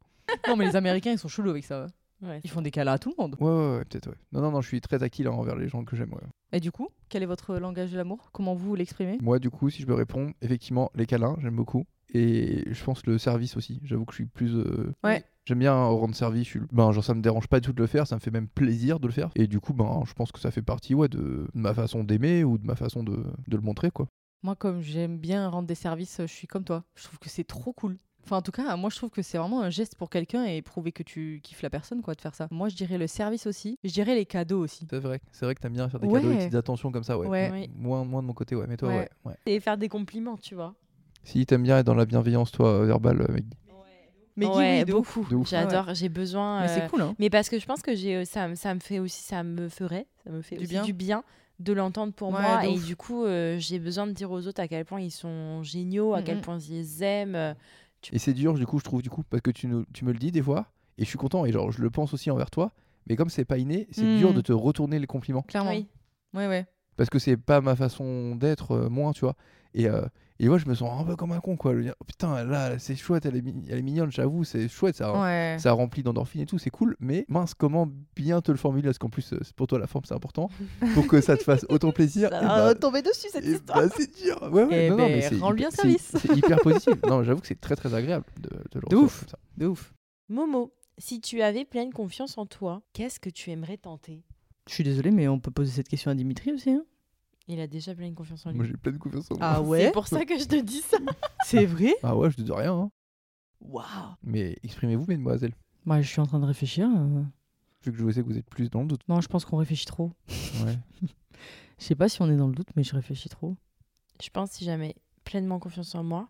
Speaker 4: Non, mais les Américains, ils sont chelous avec ça. hein.
Speaker 8: Ouais.
Speaker 4: Ils font des câlins à tout le monde.
Speaker 7: Ouais, ouais, ouais, peut-être, ouais. Non, non, non, je suis très tactile hein, envers les gens que j'aime. ouais.
Speaker 4: Et du coup, quel est votre langage de l'amour Comment vous l'exprimez
Speaker 7: Moi, du coup, si je me réponds, effectivement, les câlins, j'aime beaucoup. Et je pense le service aussi. J'avoue que je suis plus. euh,
Speaker 4: Ouais.
Speaker 7: J'aime bien rendre service. je suis- Ben, genre, ça me dérange pas du tout de le faire. Ça me fait même plaisir de le faire. Et du coup, ben, je pense que ça fait partie, ouais, de, de ma façon d'aimer ou de ma façon de, de le montrer, quoi.
Speaker 4: Moi, comme j'aime bien rendre des services, je suis comme toi. Je trouve que c'est trop cool. Enfin, en tout cas, moi, je trouve que c'est vraiment un geste pour quelqu'un et prouver que tu kiffes la personne, quoi, de faire ça. Moi, je dirais le service aussi. Je dirais les cadeaux aussi.
Speaker 7: C'est vrai. C'est vrai que t'aimes bien faire des
Speaker 4: Ouais.
Speaker 7: cadeaux et des petites attentions comme ça, ouais.
Speaker 4: Ouais.
Speaker 8: Oui.
Speaker 7: Moins, moins de mon côté, ouais. Mais toi,
Speaker 4: Ouais.
Speaker 7: ouais. ouais.
Speaker 8: Et faire des compliments, tu vois.
Speaker 7: Si t'aimes bien être dans la bienveillance, toi, euh, verbale, euh, mec.
Speaker 4: Mais Guy,
Speaker 8: Ouais,
Speaker 4: oui, de ouf.
Speaker 8: beaucoup.
Speaker 7: de ouf.
Speaker 8: J'adore. J'ai besoin.
Speaker 4: Mais
Speaker 8: euh,
Speaker 4: c'est cool, hein.
Speaker 8: Mais parce que je pense que j'ai euh, ça, me- ça me fait aussi, ça me ferait, ça me fait
Speaker 4: Du
Speaker 8: aussi
Speaker 4: bien.
Speaker 8: du bien de l'entendre pour
Speaker 4: Ouais,
Speaker 8: moi.
Speaker 4: de
Speaker 8: Et
Speaker 4: ouf.
Speaker 8: du coup, euh, j'ai besoin de dire aux autres à quel point ils sont géniaux, à quel
Speaker 4: Mhm.
Speaker 8: point ils les aiment. euh,
Speaker 7: Et c'est dur, du coup, je trouve, du coup, parce que tu, nous- tu me le dis des fois, et je suis content, et genre, je le pense aussi envers toi, mais comme c'est pas inné, c'est
Speaker 4: Mm.
Speaker 7: dur de te retourner les compliments.
Speaker 4: Clairement.
Speaker 8: Oui.
Speaker 4: Ouais, ouais.
Speaker 7: Parce que c'est pas ma façon d'être, euh, moins, tu vois. Et, euh, et ouais, je me sens un peu comme un con, quoi. Le dire, Oh, putain, là, c'est chouette, elle est, mi- elle est mignonne, j'avoue, c'est chouette, ça,
Speaker 4: Ouais.
Speaker 7: ça remplit d'endorphines et tout, c'est cool, mais mince, comment bien te le formuler Parce qu'en plus, euh, c'est- pour toi, la forme, c'est important, pour que ça te fasse autant plaisir. eh bah,
Speaker 4: tomber dessus cette
Speaker 7: eh bah, c'est dur. Ouais, ouais,
Speaker 4: Eh
Speaker 7: non, non,
Speaker 4: ben,
Speaker 7: mais c'est
Speaker 4: rends-lui
Speaker 7: hyper-
Speaker 4: un service.
Speaker 7: C'est c'est hyper positif. non, j'avoue que c'est très, très agréable de, de le
Speaker 4: De
Speaker 7: recevoir
Speaker 4: ouf.
Speaker 7: comme ça.
Speaker 4: De ouf.
Speaker 8: Momo, si tu avais pleine confiance en toi, qu'est-ce que tu aimerais tenter
Speaker 4: Je suis désolée, mais on peut poser cette question à Dimitri aussi. hein.
Speaker 8: Il a déjà pleine confiance en
Speaker 7: Moi,
Speaker 8: lui.
Speaker 7: j'ai plein de confiance en moi.
Speaker 4: Ah
Speaker 8: C'est
Speaker 4: ouais
Speaker 8: pour ça que je te dis ça.
Speaker 4: C'est vrai
Speaker 7: Ah ouais, je te dis rien. hein.
Speaker 4: Waouh
Speaker 7: Mais exprimez-vous, mesdemoiselles.
Speaker 4: Moi, Bah, je suis en train de réfléchir. euh.
Speaker 7: Vu que je sais que vous êtes plus dans le doute.
Speaker 4: Non, je pense qu'on réfléchit trop.
Speaker 7: Ouais.
Speaker 4: Je sais pas si on est dans le doute, mais je réfléchis trop.
Speaker 8: Je pense si jamais pleinement confiance en moi,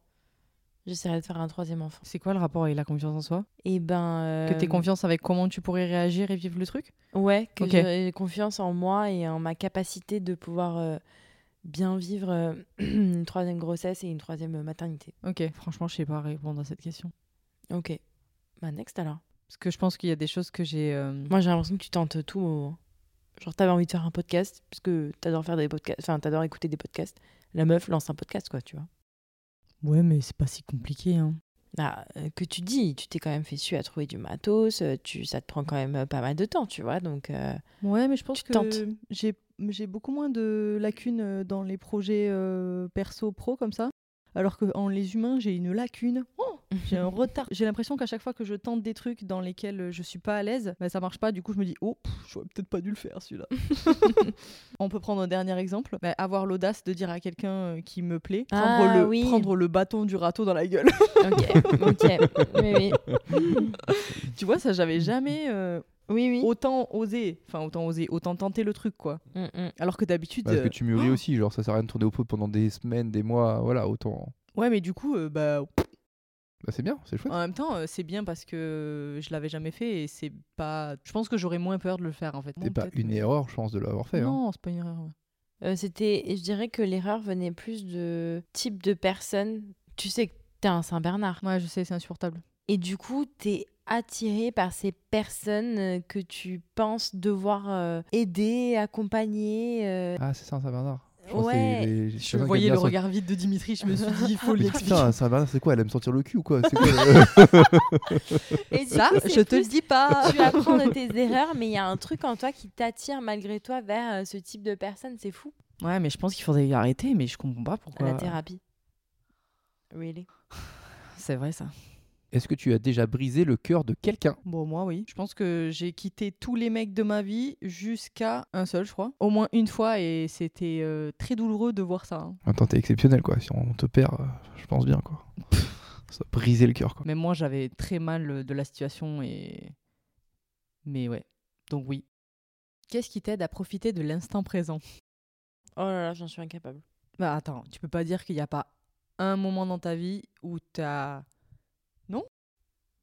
Speaker 8: j'essaierai de faire un troisième enfant.
Speaker 4: C'est quoi le rapport avec la confiance en soi
Speaker 8: Et ben.
Speaker 4: Que t'aies
Speaker 8: euh,
Speaker 4: confiance avec comment tu pourrais réagir et vivre le truc
Speaker 8: Ouais, que
Speaker 4: Ok.
Speaker 8: j'ai confiance en moi et en ma capacité de pouvoir euh, bien vivre euh, une troisième grossesse et une troisième maternité.
Speaker 4: Ok, franchement, je sais pas répondre à cette question.
Speaker 8: Ok. Bah, next alors.
Speaker 4: Parce que je pense qu'il y a des choses que j'ai. euh,
Speaker 8: Moi, j'ai l'impression que tu tentes tout, Momo. Genre, t'avais envie de faire un podcast, parce que t'adores faire des podcasts, enfin, t'adores écouter des podcasts. La meuf lance un podcast, quoi, tu vois.
Speaker 4: Ouais, mais c'est pas si compliqué. Hein.
Speaker 8: Ah, euh, que tu dis, tu t'es quand même fait suer à trouver du matos, euh, tu, ça te prend quand même euh, pas mal de temps, tu vois, donc. euh,
Speaker 4: Ouais, mais je pense
Speaker 8: Tu
Speaker 4: que
Speaker 8: tentes.
Speaker 4: j'ai j'ai beaucoup moins de lacunes euh, dans les projets euh, perso pro comme ça, alors que en les humains j'ai une lacune. Oh J'ai un retard. J'ai l'impression qu'à chaque fois que je tente des trucs dans lesquels euh, je suis pas à l'aise, bah, ça marche pas. Du coup, je me dis, oh, pff, j'aurais peut-être pas dû le faire celui-là. On peut prendre un dernier exemple. Bah, avoir l'audace de dire à quelqu'un euh, qui me plaît,
Speaker 8: Ah,
Speaker 4: prendre, le,
Speaker 8: oui.
Speaker 4: prendre le bâton du râteau dans la gueule.
Speaker 8: ok, ok. Oui, oui.
Speaker 4: tu vois, ça, j'avais jamais euh,
Speaker 8: Oui, oui.
Speaker 4: autant osé. Enfin, autant osé, autant tenter le truc, quoi.
Speaker 8: Mm, mm.
Speaker 4: Alors que d'habitude.
Speaker 7: Parce Bah, que
Speaker 4: euh,
Speaker 7: tu mûris aussi, genre ça sert à rien de tourner au pot pendant des semaines, des mois, voilà, autant.
Speaker 4: Ouais, mais du coup, euh, bah,
Speaker 7: Bah, c'est bien, c'est chouette.
Speaker 4: En même temps, euh, c'est bien parce que je l'avais jamais fait et c'est pas. Je pense que j'aurais moins peur de le faire en fait.
Speaker 7: C'est
Speaker 4: Non,
Speaker 7: pas
Speaker 4: peut-être,
Speaker 7: une
Speaker 4: mais-
Speaker 7: erreur, je pense, de l'avoir fait. hein.
Speaker 4: Non, c'est pas une erreur. ouais.
Speaker 8: Euh, C'était, je dirais que l'erreur venait plus de type de personne. Tu sais que t'es un Saint-Bernard.
Speaker 4: Ouais, je sais, c'est insupportable.
Speaker 8: Et du coup, t'es attiré par ces personnes euh, que tu penses devoir euh, aider, accompagner. euh.
Speaker 7: Ah, c'est ça, Saint-Bernard. Je pense que
Speaker 8: ouais.
Speaker 7: c'est les- les-
Speaker 4: Je
Speaker 7: quelqu'un qui
Speaker 4: voyais
Speaker 7: aime bien
Speaker 4: le
Speaker 7: sortir-
Speaker 4: regard vide de Dimitri, je me suis dit, il faut
Speaker 7: Mais
Speaker 4: lui expliquer.
Speaker 7: putain, Saint-Bernard, c'est quoi Elle aime sortir le cul ou quoi C'est quoi le-
Speaker 8: Et du
Speaker 4: Ça,
Speaker 8: coup, c'est
Speaker 4: je te le
Speaker 8: plus-
Speaker 4: dis pas.
Speaker 8: Tu apprends de tes erreurs, mais il y a un truc en toi qui t'attire malgré toi vers euh, ce type de personne. C'est fou,
Speaker 4: Ouais, mais je pense qu'il faudrait arrêter, mais je comprends pas pourquoi.
Speaker 8: la thérapie. Really
Speaker 4: C'est vrai ça.
Speaker 7: Est-ce que tu as déjà brisé le cœur de quelqu'un
Speaker 4: Bon, moi, oui. Je pense que j'ai quitté tous les mecs de ma vie jusqu'à un seul, je crois. Au moins une fois, et c'était euh, très douloureux de voir ça. hein.
Speaker 7: Attends, t'es exceptionnel quoi. Si on te perd, euh, je pense bien quoi. Ça a brisé le cœur quoi.
Speaker 4: Même moi, j'avais très mal euh, de la situation et. Mais ouais. Donc oui. Qu'est-ce qui t'aide à profiter de l'instant présent
Speaker 8: Oh là là, j'en suis incapable.
Speaker 4: Bah attends, tu peux pas dire qu'il n'y a pas un moment dans ta vie où t'as. Non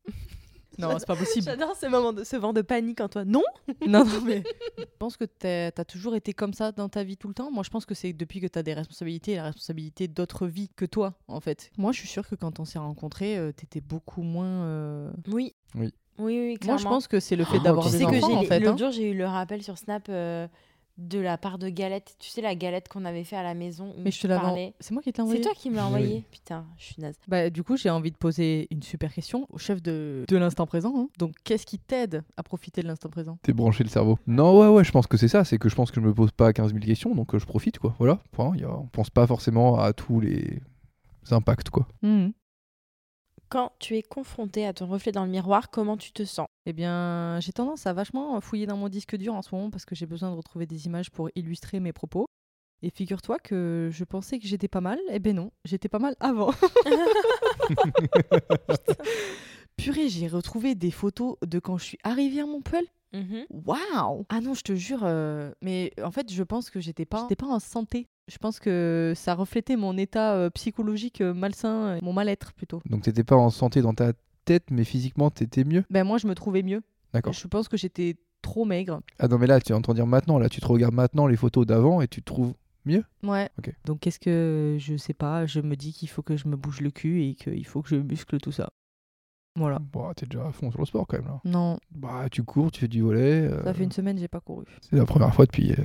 Speaker 4: Non, c'est pas possible.
Speaker 8: J'adore ce moment de ce vent de panique en toi. Non
Speaker 4: non, non, mais. Je pense que t'es- t'as toujours été comme ça dans ta vie tout le temps. Moi, je pense que c'est depuis que t'as des responsabilités et la responsabilité d'autres vies que toi, en fait. Moi, je suis sûre que quand on s'est rencontrés, euh, t'étais beaucoup moins. euh,
Speaker 8: Oui.
Speaker 7: Oui.
Speaker 8: Oui, oui,
Speaker 4: Moi,
Speaker 8: clairement.
Speaker 4: je pense Oh, que c'est le fait d'avoir
Speaker 7: tu
Speaker 4: des
Speaker 8: sais que
Speaker 4: enfants,
Speaker 8: j'ai
Speaker 4: en fait.
Speaker 8: l'autre
Speaker 4: hein.
Speaker 8: jour j'ai eu le rappel sur Snap euh, de la part de Galette. Tu sais la Galette qu'on avait fait à la maison. où
Speaker 4: Mais je te
Speaker 8: tu
Speaker 4: l'avais. en-
Speaker 8: parlais.
Speaker 4: C'est moi qui t'ai
Speaker 8: C'est
Speaker 4: envoyé.
Speaker 8: toi qui me l'as
Speaker 7: Oui.
Speaker 8: envoyé. Putain, je suis naze.
Speaker 4: Bah, du coup, j'ai envie de poser une super question au chef de, de l'instant présent. hein. Donc, qu'est-ce qui t'aide à profiter de l'instant présent
Speaker 7: T'es branché le cerveau. Non, ouais, ouais, je pense que c'est ça. C'est que je pense que je me pose pas 15 000 questions, donc euh, je profite quoi. Voilà, point. Y a- On pense pas forcément à tous les impacts quoi.
Speaker 8: Mhm. Quand tu es confronté à ton reflet dans le miroir, comment tu te sens
Speaker 4: Eh bien, j'ai tendance à vachement fouiller dans mon disque dur en ce moment parce que j'ai besoin de retrouver des images pour illustrer mes propos. Et figure-toi que je pensais que j'étais pas mal. Eh ben non, j'étais pas mal avant. Purée, j'ai retrouvé des photos de quand je suis arrivée à Montpellier.
Speaker 8: Mm-hmm.
Speaker 4: Waouh Ah non, je te jure, euh, mais en fait, je pense que j'étais pas, j'étais pas en santé. Je pense que ça reflétait mon état euh, psychologique euh, malsain, euh, mon mal-être plutôt.
Speaker 7: Donc t'étais pas en santé dans ta tête, mais physiquement t'étais mieux.
Speaker 4: Ben moi, je me trouvais mieux.
Speaker 7: D'accord.
Speaker 4: Je pense que j'étais trop maigre.
Speaker 7: Ah non, mais là tu es en train de dire maintenant. Là tu te regardes maintenant les photos d'avant et tu te trouves.
Speaker 4: Ouais.
Speaker 7: Ok.
Speaker 4: Donc qu'est-ce que je sais pas Je me dis qu'il faut que je me bouge le cul et qu'il faut que je muscle tout ça. Voilà.
Speaker 7: Bah, t'es déjà à fond sur le sport quand même là.
Speaker 4: Non,
Speaker 7: Bah tu cours, tu fais du volet. euh,
Speaker 4: ça fait une semaine j'ai pas couru.
Speaker 7: C'est la première fois depuis. euh,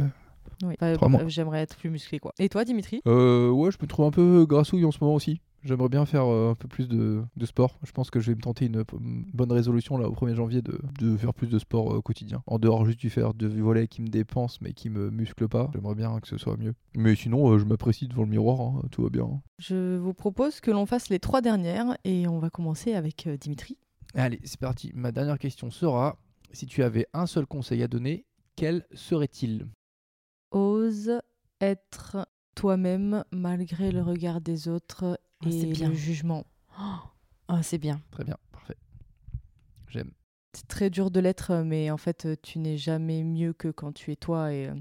Speaker 4: Oui. Enfin,
Speaker 7: Trois mois.
Speaker 4: euh, J'aimerais être plus musclé quoi. Et toi, Dimitri
Speaker 7: Euh, ouais, je me trouve un peu grassouille en ce moment aussi. J'aimerais bien faire euh, un peu plus de, de sport. Je pense que je vais me tenter une, p- une bonne résolution là au 1er janvier de, de faire plus de sport euh, quotidien. En dehors juste du faire de volet qui me dépense mais qui me muscle pas. J'aimerais bien que ce soit mieux. Mais sinon, euh, je m'apprécie devant le miroir, hein, tout va bien.
Speaker 4: Je vous propose que l'on fasse les trois dernières et on va commencer avec euh, Dimitri.
Speaker 7: Allez, c'est parti. Ma dernière question sera si tu avais un seul conseil à donner, quel serait-il
Speaker 4: Ose être toi-même malgré le regard des autres
Speaker 8: Ah, c'est
Speaker 4: et
Speaker 8: bien.
Speaker 4: le jugement.
Speaker 8: Oh, c'est bien.
Speaker 7: Très bien, parfait. J'aime.
Speaker 4: C'est très dur de l'être, mais en fait, euh, tu n'es jamais mieux que quand tu es toi. Et euh,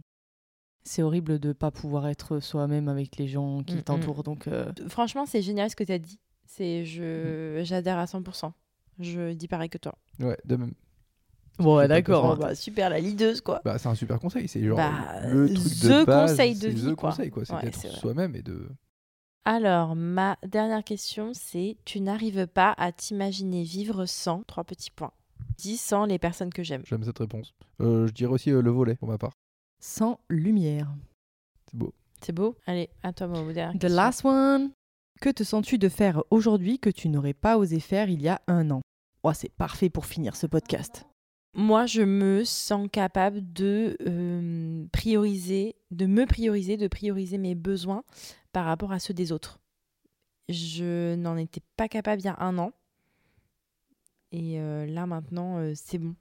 Speaker 4: c'est horrible de pas pouvoir être soi-même avec les gens qui
Speaker 8: Mm, mm.
Speaker 4: t'entourent. Donc, euh,
Speaker 8: Franchement, c'est génial ce que tu as dit. C'est je j'adhère à 100%. Je dis pareil que toi.
Speaker 7: Ouais, de même.
Speaker 4: bon, ouais,
Speaker 7: Je peux
Speaker 4: d'accord.
Speaker 7: pas
Speaker 8: Oh, bah, super la leaduse quoi.
Speaker 7: Bah, c'est un super conseil, c'est genre
Speaker 8: Bah,
Speaker 7: le truc de
Speaker 8: the
Speaker 7: base,
Speaker 8: conseil de
Speaker 7: c'est
Speaker 8: vie,
Speaker 7: the
Speaker 8: quoi.
Speaker 7: conseil quoi, c'est
Speaker 8: Ouais,
Speaker 7: d'être
Speaker 8: c'est vrai.
Speaker 7: soi-même et de
Speaker 8: Alors, ma dernière question, c'est tu n'arrives pas à t'imaginer vivre sans trois petits points. Dis sans les personnes que j'aime.
Speaker 7: j'aime cette réponse. Euh, je dirais aussi euh, le volet pour ma part.
Speaker 4: Sans lumière.
Speaker 7: C'est beau.
Speaker 8: C'est beau Allez, à toi, Momo, dernière
Speaker 4: The
Speaker 8: question.
Speaker 4: last one. Que te sens-tu de faire aujourd'hui que tu n'aurais pas osé faire il y a un an Oh, c'est parfait pour finir ce podcast.
Speaker 8: Moi, je me sens capable de euh, prioriser, de me prioriser, de prioriser mes besoins par rapport à ceux des autres. Je n'en étais pas capable il y a un an. Et euh, là, maintenant, euh, c'est bon.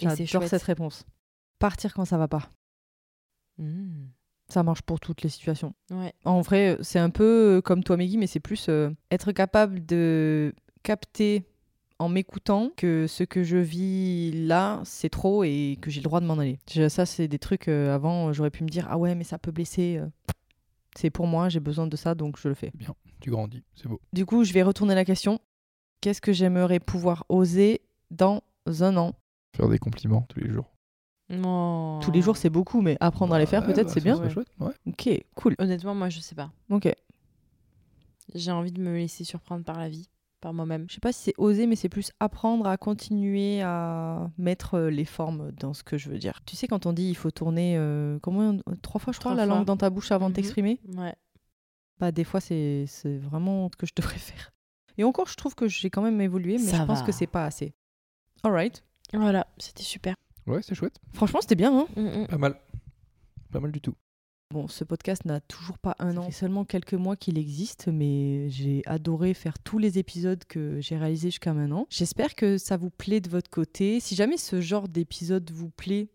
Speaker 8: Et c'est
Speaker 4: J'adore
Speaker 8: chouette.
Speaker 4: cette réponse. Partir quand ça va pas. Ça marche pour toutes les situations.
Speaker 8: Mmh. Ouais.
Speaker 4: En vrai, c'est un peu euh, comme toi, Meggy, mais c'est plus euh, être capable de capter en m'écoutant que ce que je vis là, c'est trop et que j'ai le droit de m'en aller. Je- Ça, c'est des trucs euh, avant, j'aurais pu me dire Ah ouais, mais ça peut blesser. euh, C'est pour moi, j'ai besoin de ça, donc je le fais.
Speaker 7: Bien, tu grandis, c'est beau.
Speaker 4: Du coup, je vais retourner la question Qu'est-ce que j'aimerais pouvoir oser dans un an
Speaker 7: Faire des compliments tous les jours.
Speaker 8: Non.
Speaker 4: Tous les jours, c'est beaucoup, mais apprendre à les faire,
Speaker 7: Ouais,
Speaker 4: peut-être,
Speaker 7: Ah. bah,
Speaker 4: c'est
Speaker 7: ça
Speaker 4: bien.
Speaker 7: serait chouette, ouais.
Speaker 4: Ok, cool.
Speaker 8: Honnêtement, moi, je sais pas.
Speaker 4: Ok.
Speaker 8: J'ai envie de me laisser surprendre par la vie, par moi-même.
Speaker 4: Je sais pas si c'est oser, mais c'est plus apprendre à continuer à mettre euh, les formes dans ce que je veux dire. Tu sais, quand on dit il faut tourner euh, comment on- trois fois, je crois,
Speaker 8: Trois
Speaker 4: la
Speaker 8: fois.
Speaker 4: langue dans ta bouche avant
Speaker 8: Mhm.
Speaker 4: de t'exprimer,
Speaker 8: Ouais.
Speaker 4: bah des fois c'est c'est vraiment ce que je devrais faire. Et encore, je trouve que j'ai quand même évolué, mais
Speaker 8: Ça
Speaker 4: je pense
Speaker 8: va.
Speaker 4: que c'est pas assez. Alright.
Speaker 8: Voilà, c'était super.
Speaker 7: Ouais, c'est chouette.
Speaker 4: Franchement, c'était bien, hein
Speaker 8: Mm, mm.
Speaker 7: Pas mal. Pas mal du tout.
Speaker 4: Bon, ce podcast n'a toujours pas un an. C'est seulement quelques mois qu'il existe, mais j'ai adoré faire tous les épisodes que j'ai réalisés jusqu'à maintenant. J'espère que ça vous plaît de votre côté. Si jamais ce genre d'épisode vous plaît,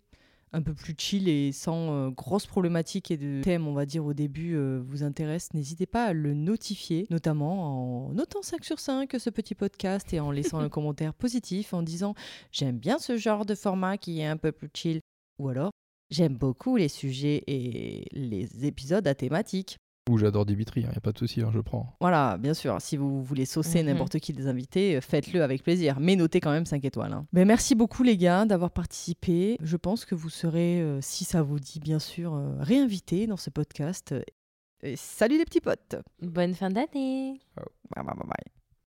Speaker 4: un peu plus chill et sans euh, grosses problématiques et de thèmes, on va dire, au début, euh, vous intéresse, n'hésitez pas à le notifier, notamment en notant 5 sur 5 ce petit podcast et en laissant un commentaire positif en disant « J'aime bien ce genre de format qui est un peu plus chill » ou alors « J'aime beaucoup les sujets et les épisodes à thématique ».
Speaker 7: Ou j'adore Dimitri, il a pas de souci, hein, je prends.
Speaker 4: Voilà, bien sûr, hein, si vous voulez saucer
Speaker 8: Mhm.
Speaker 4: n'importe qui des invités, euh, faites-le avec plaisir, mais notez quand même 5 étoiles. hein. Ben, merci beaucoup les gars d'avoir participé. Je pense que vous serez, euh, si ça vous dit bien sûr, euh, réinvités dans ce podcast. Et salut les petits potes
Speaker 8: Bonne fin d'année.
Speaker 4: Bye bye bye bye.